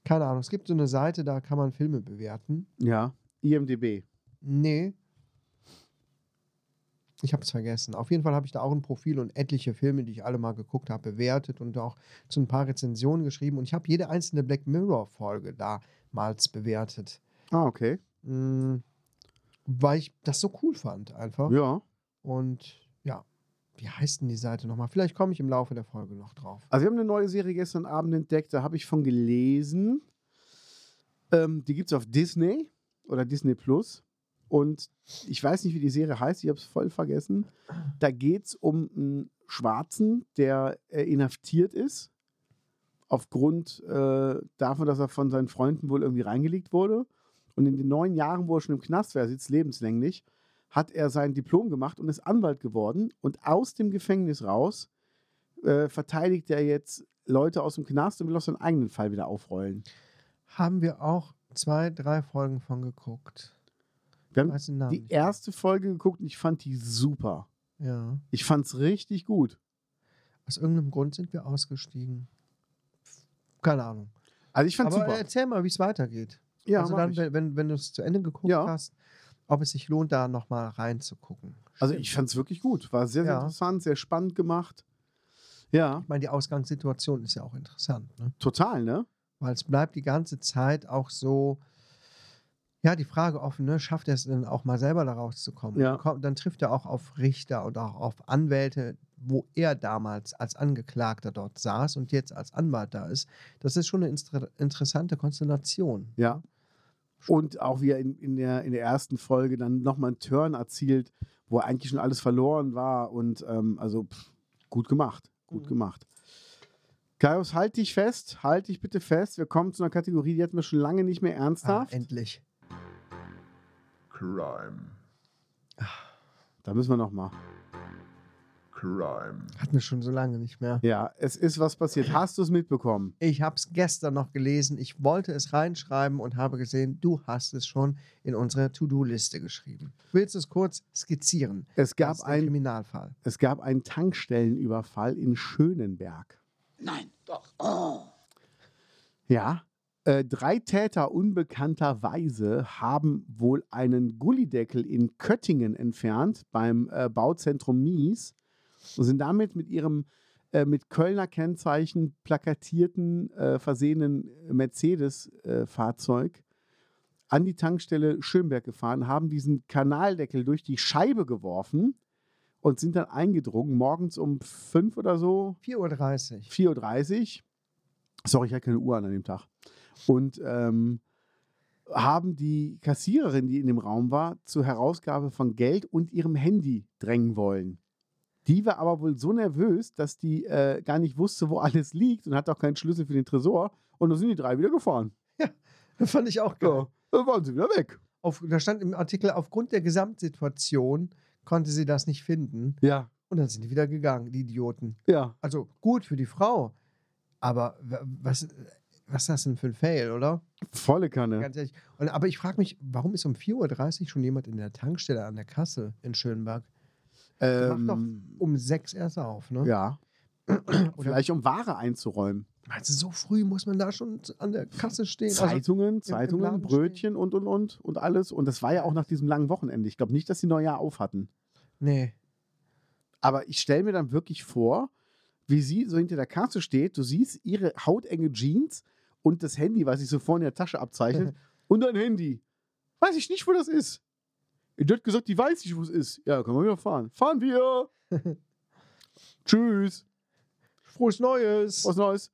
[SPEAKER 1] Keine Ahnung, es gibt so eine Seite, da kann man Filme bewerten.
[SPEAKER 2] Ja. IMDB.
[SPEAKER 1] Nee. Ich habe es vergessen. Auf jeden Fall habe ich da auch ein Profil und etliche Filme, die ich alle mal geguckt habe, bewertet und auch zu ein paar Rezensionen geschrieben. Und ich habe jede einzelne Black Mirror-Folge damals bewertet.
[SPEAKER 2] Ah, okay.
[SPEAKER 1] Mm, Weil ich das so cool fand, einfach.
[SPEAKER 2] Ja.
[SPEAKER 1] Und ja, wie heißt denn die Seite nochmal? Vielleicht komme ich im Laufe der Folge noch drauf.
[SPEAKER 2] Also wir haben eine neue Serie gestern Abend entdeckt, da habe ich von gelesen. Ähm, die gibt es auf Disney oder Disney Plus. Und ich weiß nicht, wie die Serie heißt, ich habe es voll vergessen. Da geht es um einen Schwarzen, der äh, inhaftiert ist, aufgrund äh, davon, dass er von seinen Freunden wohl irgendwie reingelegt wurde. Und in den neun Jahren, wo er schon im Knast war, er sitzt lebenslänglich, hat er sein Diplom gemacht und ist Anwalt geworden. Und aus dem Gefängnis raus äh, verteidigt er jetzt Leute aus dem Knast und will auch seinen eigenen Fall wieder aufrollen.
[SPEAKER 1] Haben wir auch zwei, drei Folgen von geguckt.
[SPEAKER 2] Wir haben
[SPEAKER 1] Weiß den Namen
[SPEAKER 2] die
[SPEAKER 1] nicht mehr.
[SPEAKER 2] erste Folge geguckt und ich fand die super.
[SPEAKER 1] Ja.
[SPEAKER 2] Ich fand's richtig gut.
[SPEAKER 1] Aus irgendeinem Grund sind wir ausgestiegen. Keine Ahnung.
[SPEAKER 2] Also ich fand's
[SPEAKER 1] Aber
[SPEAKER 2] super.
[SPEAKER 1] erzähl mal, wie es weitergeht.
[SPEAKER 2] ja,
[SPEAKER 1] also
[SPEAKER 2] mach
[SPEAKER 1] dann,
[SPEAKER 2] ich.
[SPEAKER 1] wenn- wenn, wenn du es zu Ende geguckt
[SPEAKER 2] Ja.
[SPEAKER 1] hast, ob es sich lohnt, da nochmal reinzugucken.
[SPEAKER 2] also
[SPEAKER 1] Stimmt.
[SPEAKER 2] ich fand's wirklich gut. War sehr, sehr
[SPEAKER 1] Ja.
[SPEAKER 2] interessant, sehr spannend gemacht. Ja,
[SPEAKER 1] Ich meine, die Ausgangssituation ist ja auch interessant, ne?
[SPEAKER 2] total, ne?
[SPEAKER 1] Weil es bleibt die ganze Zeit auch so, ja, die Frage offen, ne? Schafft er es denn auch mal selber da rauszukommen?
[SPEAKER 2] Ja.
[SPEAKER 1] Dann, kommt, dann trifft er auch auf Richter und auch auf Anwälte, wo er damals als Angeklagter dort saß und jetzt als Anwalt da ist. Das ist schon eine instre- interessante Konstellation.
[SPEAKER 2] Ja. Und auch wie er in, in, der, in der ersten Folge dann nochmal einen Turn erzielt, wo eigentlich schon alles verloren war. Und ähm, also pff, gut gemacht. Gut
[SPEAKER 1] Mhm.
[SPEAKER 2] gemacht. Kaios, halt dich fest, halt dich bitte fest. Wir kommen zu einer Kategorie, die hatten wir schon lange nicht mehr
[SPEAKER 1] Ah,
[SPEAKER 2] ernsthaft.
[SPEAKER 1] endlich.
[SPEAKER 4] Crime.
[SPEAKER 2] da müssen wir nochmal.
[SPEAKER 4] Crime.
[SPEAKER 1] Hatten wir schon so lange nicht mehr.
[SPEAKER 2] Ja, es ist was passiert. Hast du es mitbekommen?
[SPEAKER 1] Ich habe es gestern noch gelesen. Ich wollte es reinschreiben und habe gesehen, du hast es schon in unsere To-Do-Liste geschrieben. Willst du es kurz skizzieren?
[SPEAKER 2] Es
[SPEAKER 1] Das
[SPEAKER 2] gab,
[SPEAKER 1] ist
[SPEAKER 2] ein,
[SPEAKER 1] Kriminalfall.
[SPEAKER 2] es gab einen Tankstellenüberfall in Schönenberg.
[SPEAKER 3] Nein, doch. Oh.
[SPEAKER 2] Ja. Äh, drei Täter unbekannterweise haben wohl einen Gullideckel in Köttingen entfernt beim äh, Bauzentrum Mies und sind damit mit ihrem äh, mit Kölner Kennzeichen plakatierten, äh, versehenen Mercedes-Fahrzeug an die Tankstelle Schönberg gefahren, haben diesen Kanaldeckel durch die Scheibe geworfen und sind dann eingedrungen, morgens um fünf oder so,
[SPEAKER 1] 4.30 Uhr.
[SPEAKER 2] 4.30 Uhr. Sorry, ich hatte keine Uhr an an dem Tag. Und ähm, haben die Kassiererin, die in dem Raum war, zur Herausgabe von Geld und ihrem Handy drängen wollen. Die war aber wohl so nervös, dass die äh, gar nicht wusste, wo alles liegt und hat auch keinen Schlüssel für den Tresor. Und dann sind die drei wieder gefahren.
[SPEAKER 1] Das fand ich auch geil.
[SPEAKER 2] Ja, dann waren sie wieder weg.
[SPEAKER 1] Auf, da stand im Artikel, aufgrund der Gesamtsituation konnte sie das nicht finden.
[SPEAKER 2] Ja,
[SPEAKER 1] Und dann sind die wieder gegangen, die Idioten.
[SPEAKER 2] ja.
[SPEAKER 1] Also gut für die Frau, aber w- was, was ist das denn für ein Fail, oder?
[SPEAKER 2] Volle Kanne.
[SPEAKER 1] Ganz ehrlich. Und, aber ich frage mich, warum ist um 4.30 Uhr schon jemand in der Tankstelle an der Kasse in Schönberg?
[SPEAKER 2] Ähm,
[SPEAKER 1] doch Um 6 erst auf, ne?
[SPEAKER 2] Ja. Vielleicht um Ware einzuräumen.
[SPEAKER 1] Also so früh muss man da schon an der Kasse stehen. Also,
[SPEAKER 2] Zeitungen,
[SPEAKER 1] Laden
[SPEAKER 2] Zeitungen,
[SPEAKER 1] stehen.
[SPEAKER 2] Brötchen und und und und alles. Und das war ja auch nach diesem langen Wochenende. Ich glaube nicht, dass die Neujahr auf hatten.
[SPEAKER 1] nee.
[SPEAKER 2] Aber ich stelle mir dann wirklich vor, wie sie so hinter der Kasse steht. Du siehst ihre hautenge Jeans und das Handy, was sich so vorne in der Tasche abzeichnet. und ein Handy. Weiß ich nicht, wo das ist. Die hat gesagt, die weiß nicht, wo es ist. Ja, können wir wieder fahren. Fahren wir. Tschüss.
[SPEAKER 1] Frohes Neues.
[SPEAKER 2] Was Neues.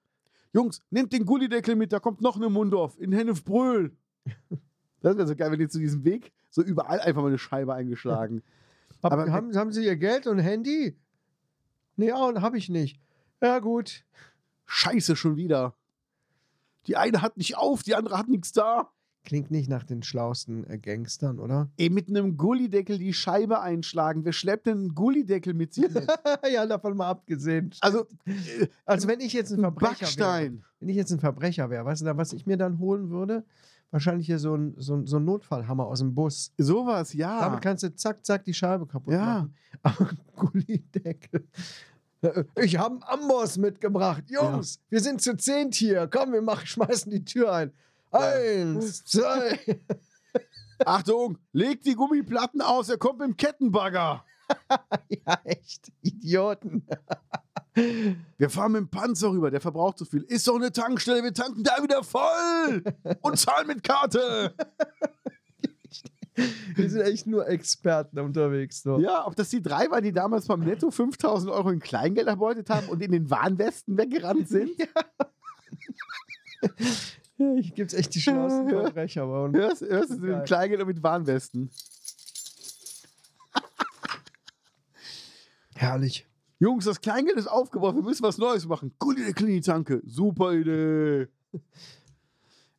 [SPEAKER 2] Jungs, nehmt den Gullideckel mit, da kommt noch eine Mundorf in Hennefbröl. Das wäre so geil, wenn die zu diesem Weg so überall einfach mal eine Scheibe eingeschlagen.
[SPEAKER 1] Hab,
[SPEAKER 2] Aber-
[SPEAKER 1] haben, haben Sie Ihr Geld und Handy? Nee, auch habe ich nicht. Ja, gut.
[SPEAKER 2] Scheiße schon wieder. Die eine hat nicht auf, die andere hat nichts da.
[SPEAKER 1] Klingt nicht nach den schlausten äh, Gangstern, oder?
[SPEAKER 2] Ey, mit einem Gullideckel die Scheibe einschlagen. Wer schleppt denn einen Gullideckel mit sich mit?
[SPEAKER 1] ja, davon mal abgesehen.
[SPEAKER 2] Also,
[SPEAKER 1] Also wenn ich jetzt ein
[SPEAKER 2] ein
[SPEAKER 1] Verbrecher wäre,
[SPEAKER 2] Backstein.
[SPEAKER 1] wenn ich jetzt ein Verbrecher wäre, weißt du, dann, was ich mir dann holen würde? Wahrscheinlich hier so ein, so ein, so ein Notfallhammer aus dem Bus.
[SPEAKER 2] Sowas, ja.
[SPEAKER 1] Damit kannst du zack, zack die Scheibe kaputt
[SPEAKER 2] Ah. Ja.
[SPEAKER 1] machen. Aber Gullideckel. Ich habe einen Amboss mitgebracht. Jungs, wir sind zu zehnt hier. Komm, wir machen, schmeißen die Tür ein. Eins, zwei.
[SPEAKER 2] Achtung, legt die Gummiplatten aus, er kommt mit dem Kettenbagger.
[SPEAKER 1] ja, echt. Idioten.
[SPEAKER 2] Wir fahren mit dem Panzer rüber, der verbraucht so viel. Ist doch eine Tankstelle, wir tanken da wieder voll und zahlen mit Karte.
[SPEAKER 1] Wir sind echt nur Experten unterwegs. So.
[SPEAKER 2] Ja, ob das die drei waren, die damals beim Netto 5000 Euro in Kleingeld erbeutet haben und in den Warnwesten weggerannt sind?
[SPEAKER 1] Ja, Hier gibt es echt die schlausten Verbrecher. aber und-
[SPEAKER 2] Hörst, hörst du,
[SPEAKER 1] Geil.
[SPEAKER 2] mit Kleingeld und mit Warnwesten.
[SPEAKER 1] Herrlich.
[SPEAKER 2] Jungs, das Kleingeld ist aufgebraucht, wir müssen was Neues machen. Cool Idee, Klinitanke. Super Idee.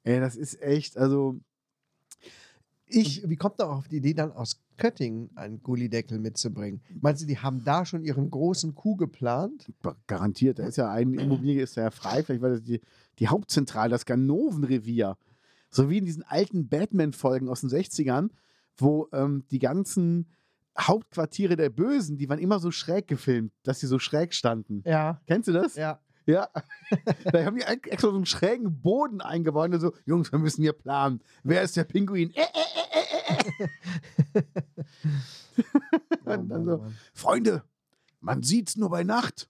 [SPEAKER 2] Ey, das ist echt, also. Ich,
[SPEAKER 1] Und wie kommt man auf die Idee, dann aus Köttingen einen Gullideckel mitzubringen? Meinst du, die haben da schon ihren großen Coup geplant?
[SPEAKER 2] garantiert, da ist ja ein Immobilie ist da ja frei, vielleicht war das die, die Hauptzentrale, das Ganovenrevier. So wie in diesen alten Batman-Folgen aus den 60ern, wo ähm, die ganzen Hauptquartiere der Bösen, die waren immer so schräg gefilmt, dass sie so schräg standen.
[SPEAKER 1] Ja.
[SPEAKER 2] Kennst du das?
[SPEAKER 1] Ja.
[SPEAKER 2] Ja. da haben die extra so einen schrägen Boden eingebaut und so, Jungs, wir müssen hier planen. Wer ist der Pinguin? Äh, äh, äh, äh, äh.
[SPEAKER 1] Oh
[SPEAKER 2] Und dann
[SPEAKER 1] Mann,
[SPEAKER 2] so-
[SPEAKER 1] oh Mann.
[SPEAKER 2] Freunde, man sieht's nur bei Nacht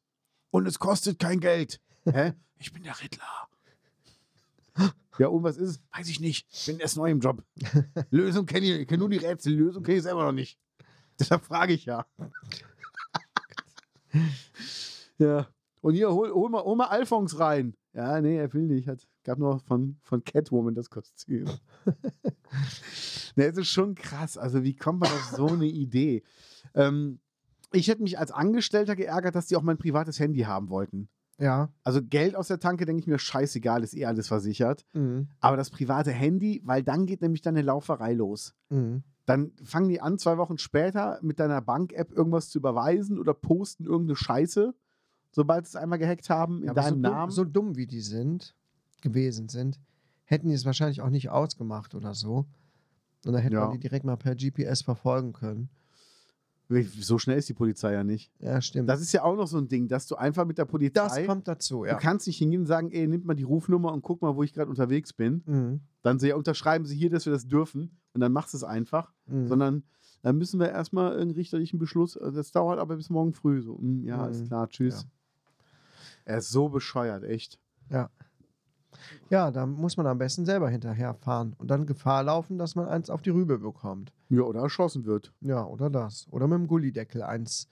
[SPEAKER 2] und es kostet kein Geld. Hä? Ich bin der Riddler. Ja, und was ist es? Weiß ich nicht. Ich bin erst neu im Job. Lösung kenne ich, ich kenne nur die Rätsel, Lösung kenne ich selber noch nicht. Deshalb frage ich ja. ja. Und hier, hol, hol, mal, hol mal Alphons rein. Ja, nee, er will nicht. Hat, gab nur von, von Catwoman das Kostüm. ne, es ist schon krass. Also, wie kommt man auf so eine Idee? Ähm, ich hätte mich als Angestellter geärgert, dass die auch mein privates Handy haben wollten.
[SPEAKER 1] Ja.
[SPEAKER 2] Also Geld aus der Tanke, denke ich mir, scheißegal, ist eh alles versichert.
[SPEAKER 1] Mhm.
[SPEAKER 2] Aber das private Handy, weil dann geht nämlich deine Lauferei los.
[SPEAKER 1] Mhm.
[SPEAKER 2] Dann fangen die an, zwei Wochen später mit deiner Bank-App irgendwas zu überweisen oder posten irgendeine Scheiße, sobald sie es einmal gehackt haben, in
[SPEAKER 1] Ja, aber so
[SPEAKER 2] deinem Namen.
[SPEAKER 1] Dumm, so dumm wie die sind, gewesen sind, hätten die es wahrscheinlich auch nicht ausgemacht oder so. Und dann hätte
[SPEAKER 2] Ja.
[SPEAKER 1] man die direkt mal per GPS verfolgen können.
[SPEAKER 2] so schnell ist die Polizei ja nicht.
[SPEAKER 1] Ja, stimmt.
[SPEAKER 2] Das ist ja auch noch so ein Ding, dass du einfach mit der Polizei.
[SPEAKER 1] Hm. Das kommt dazu, ja.
[SPEAKER 2] Du kannst nicht hingehen und sagen, ey, nimm mal die Rufnummer und guck mal, wo ich gerade unterwegs bin.
[SPEAKER 1] Mhm.
[SPEAKER 2] Dann so, ja, unterschreiben sie hier, dass wir das dürfen und dann machst du es einfach.
[SPEAKER 1] Mhm.
[SPEAKER 2] sondern dann müssen wir erstmal einen richterlichen Beschluss, äh, das dauert aber bis morgen früh so. mm, Ja,
[SPEAKER 1] Mhm.
[SPEAKER 2] ist klar, tschüss. Er ist so bescheuert, echt.
[SPEAKER 1] ja, da muss man am besten selber hinterherfahren und dann Gefahr laufen, dass man eins auf die Rübe bekommt.
[SPEAKER 2] Ja, oder erschossen wird.
[SPEAKER 1] Ja, oder das. Oder mit dem Gullideckel eins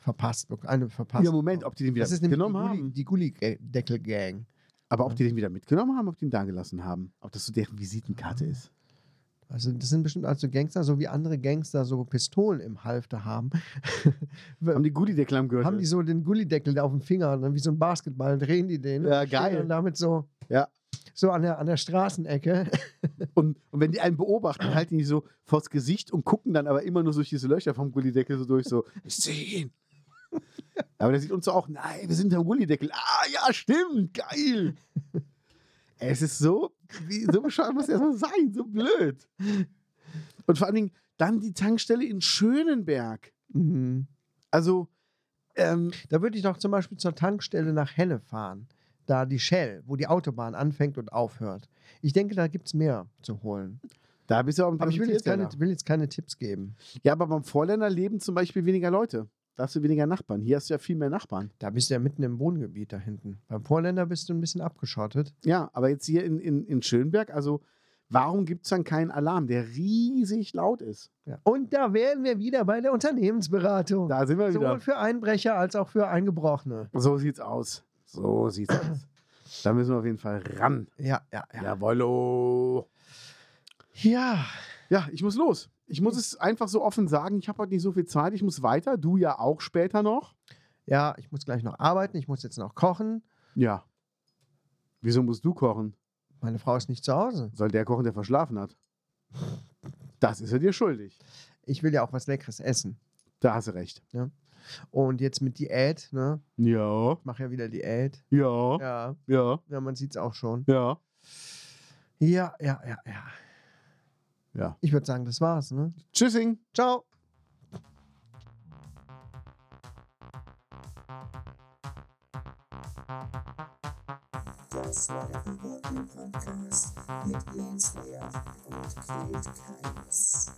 [SPEAKER 1] verpasst, bek- eine verpasst.
[SPEAKER 2] ja, Moment, ob die den wieder
[SPEAKER 1] das ist nämlich
[SPEAKER 2] mitgenommen haben.
[SPEAKER 1] die Gulli- die Gullideckel-Gang.
[SPEAKER 2] Aber ob die den wieder mitgenommen haben, ob die ihn da gelassen haben. Ob das so deren Visitenkarte ist.
[SPEAKER 1] Also das sind bestimmt also Gangster, so wie andere Gangster so Pistolen im Halfter haben.
[SPEAKER 2] Haben die Gullideckel am Gürtel?
[SPEAKER 1] haben die so den Gullideckel auf dem Finger und dann wie so ein Basketball drehen die den.
[SPEAKER 2] Ja,
[SPEAKER 1] und stehen
[SPEAKER 2] geil.
[SPEAKER 1] Und damit so,
[SPEAKER 2] Ja.
[SPEAKER 1] so an, der, an der Straßenecke.
[SPEAKER 2] und, und wenn die einen beobachten, halten die so vors Gesicht und gucken dann aber immer nur durch diese Löcher vom Gullideckel so durch, so, ich sehe ihn. Aber der sieht uns so auch, nein, wir sind der Gullideckel. Ah, ja, stimmt, geil. Es ist so, wie, so bescheuert muss es erstmal sein, so blöd. Und vor allen Dingen dann die Tankstelle in Schönenberg.
[SPEAKER 1] Mhm.
[SPEAKER 2] Also, ähm,
[SPEAKER 1] Da würde ich doch zum Beispiel zur Tankstelle nach Helle fahren. Da die Shell, wo die Autobahn anfängt und aufhört. Ich denke, da gibt es mehr zu holen.
[SPEAKER 2] da bist du auch ein
[SPEAKER 1] Aber ich will jetzt, keine,
[SPEAKER 2] Präsentierteller.
[SPEAKER 1] will jetzt keine Tipps geben.
[SPEAKER 2] Ja, aber beim Vorländer leben zum Beispiel weniger Leute. Da hast du weniger Nachbarn. Hier hast du ja viel mehr Nachbarn.
[SPEAKER 1] Da bist du ja mitten im Wohngebiet da hinten. Beim Vorländer bist du ein bisschen abgeschottet.
[SPEAKER 2] Ja, aber jetzt hier in, in, in Schönberg, also warum gibt es dann keinen Alarm, der riesig laut ist?
[SPEAKER 1] Ja. Und da wären wir wieder bei der Unternehmensberatung.
[SPEAKER 2] Da sind wir
[SPEAKER 1] Sowohl
[SPEAKER 2] wieder.
[SPEAKER 1] für Einbrecher als auch für Eingebrochene.
[SPEAKER 2] So sieht's aus. So sieht's aus. Da müssen wir auf jeden Fall ran.
[SPEAKER 1] Ja, ja, ja.
[SPEAKER 2] Jawollo.
[SPEAKER 1] Ja,
[SPEAKER 2] Ja, ich muss los. Ich muss es einfach so offen sagen. Ich habe heute nicht so viel Zeit. Ich muss weiter. Du ja auch später noch.
[SPEAKER 1] Ja, ich muss gleich noch arbeiten, ich muss jetzt noch kochen.
[SPEAKER 2] Ja. Wieso musst du kochen?
[SPEAKER 1] Meine Frau ist nicht zu Hause.
[SPEAKER 2] Soll der kochen, der verschlafen hat? Das ist er dir schuldig.
[SPEAKER 1] Ich will ja auch was Leckeres essen.
[SPEAKER 2] Da hast du recht.
[SPEAKER 1] Und jetzt mit Diät, ne?
[SPEAKER 2] Ja,
[SPEAKER 1] Ich mache ja wieder Diät.
[SPEAKER 2] ja, ja,
[SPEAKER 1] Ja,
[SPEAKER 2] ja,
[SPEAKER 1] ja man sieht es auch schon.
[SPEAKER 2] ja.
[SPEAKER 1] Ja, ja, ja, ja.
[SPEAKER 2] Ja.
[SPEAKER 1] Ich würde sagen, das war's, ne?
[SPEAKER 2] Tschüssing.
[SPEAKER 1] Ciao.
[SPEAKER 3] Das war der Reporting Podcast mit Jens Lehr und Quilt Keines.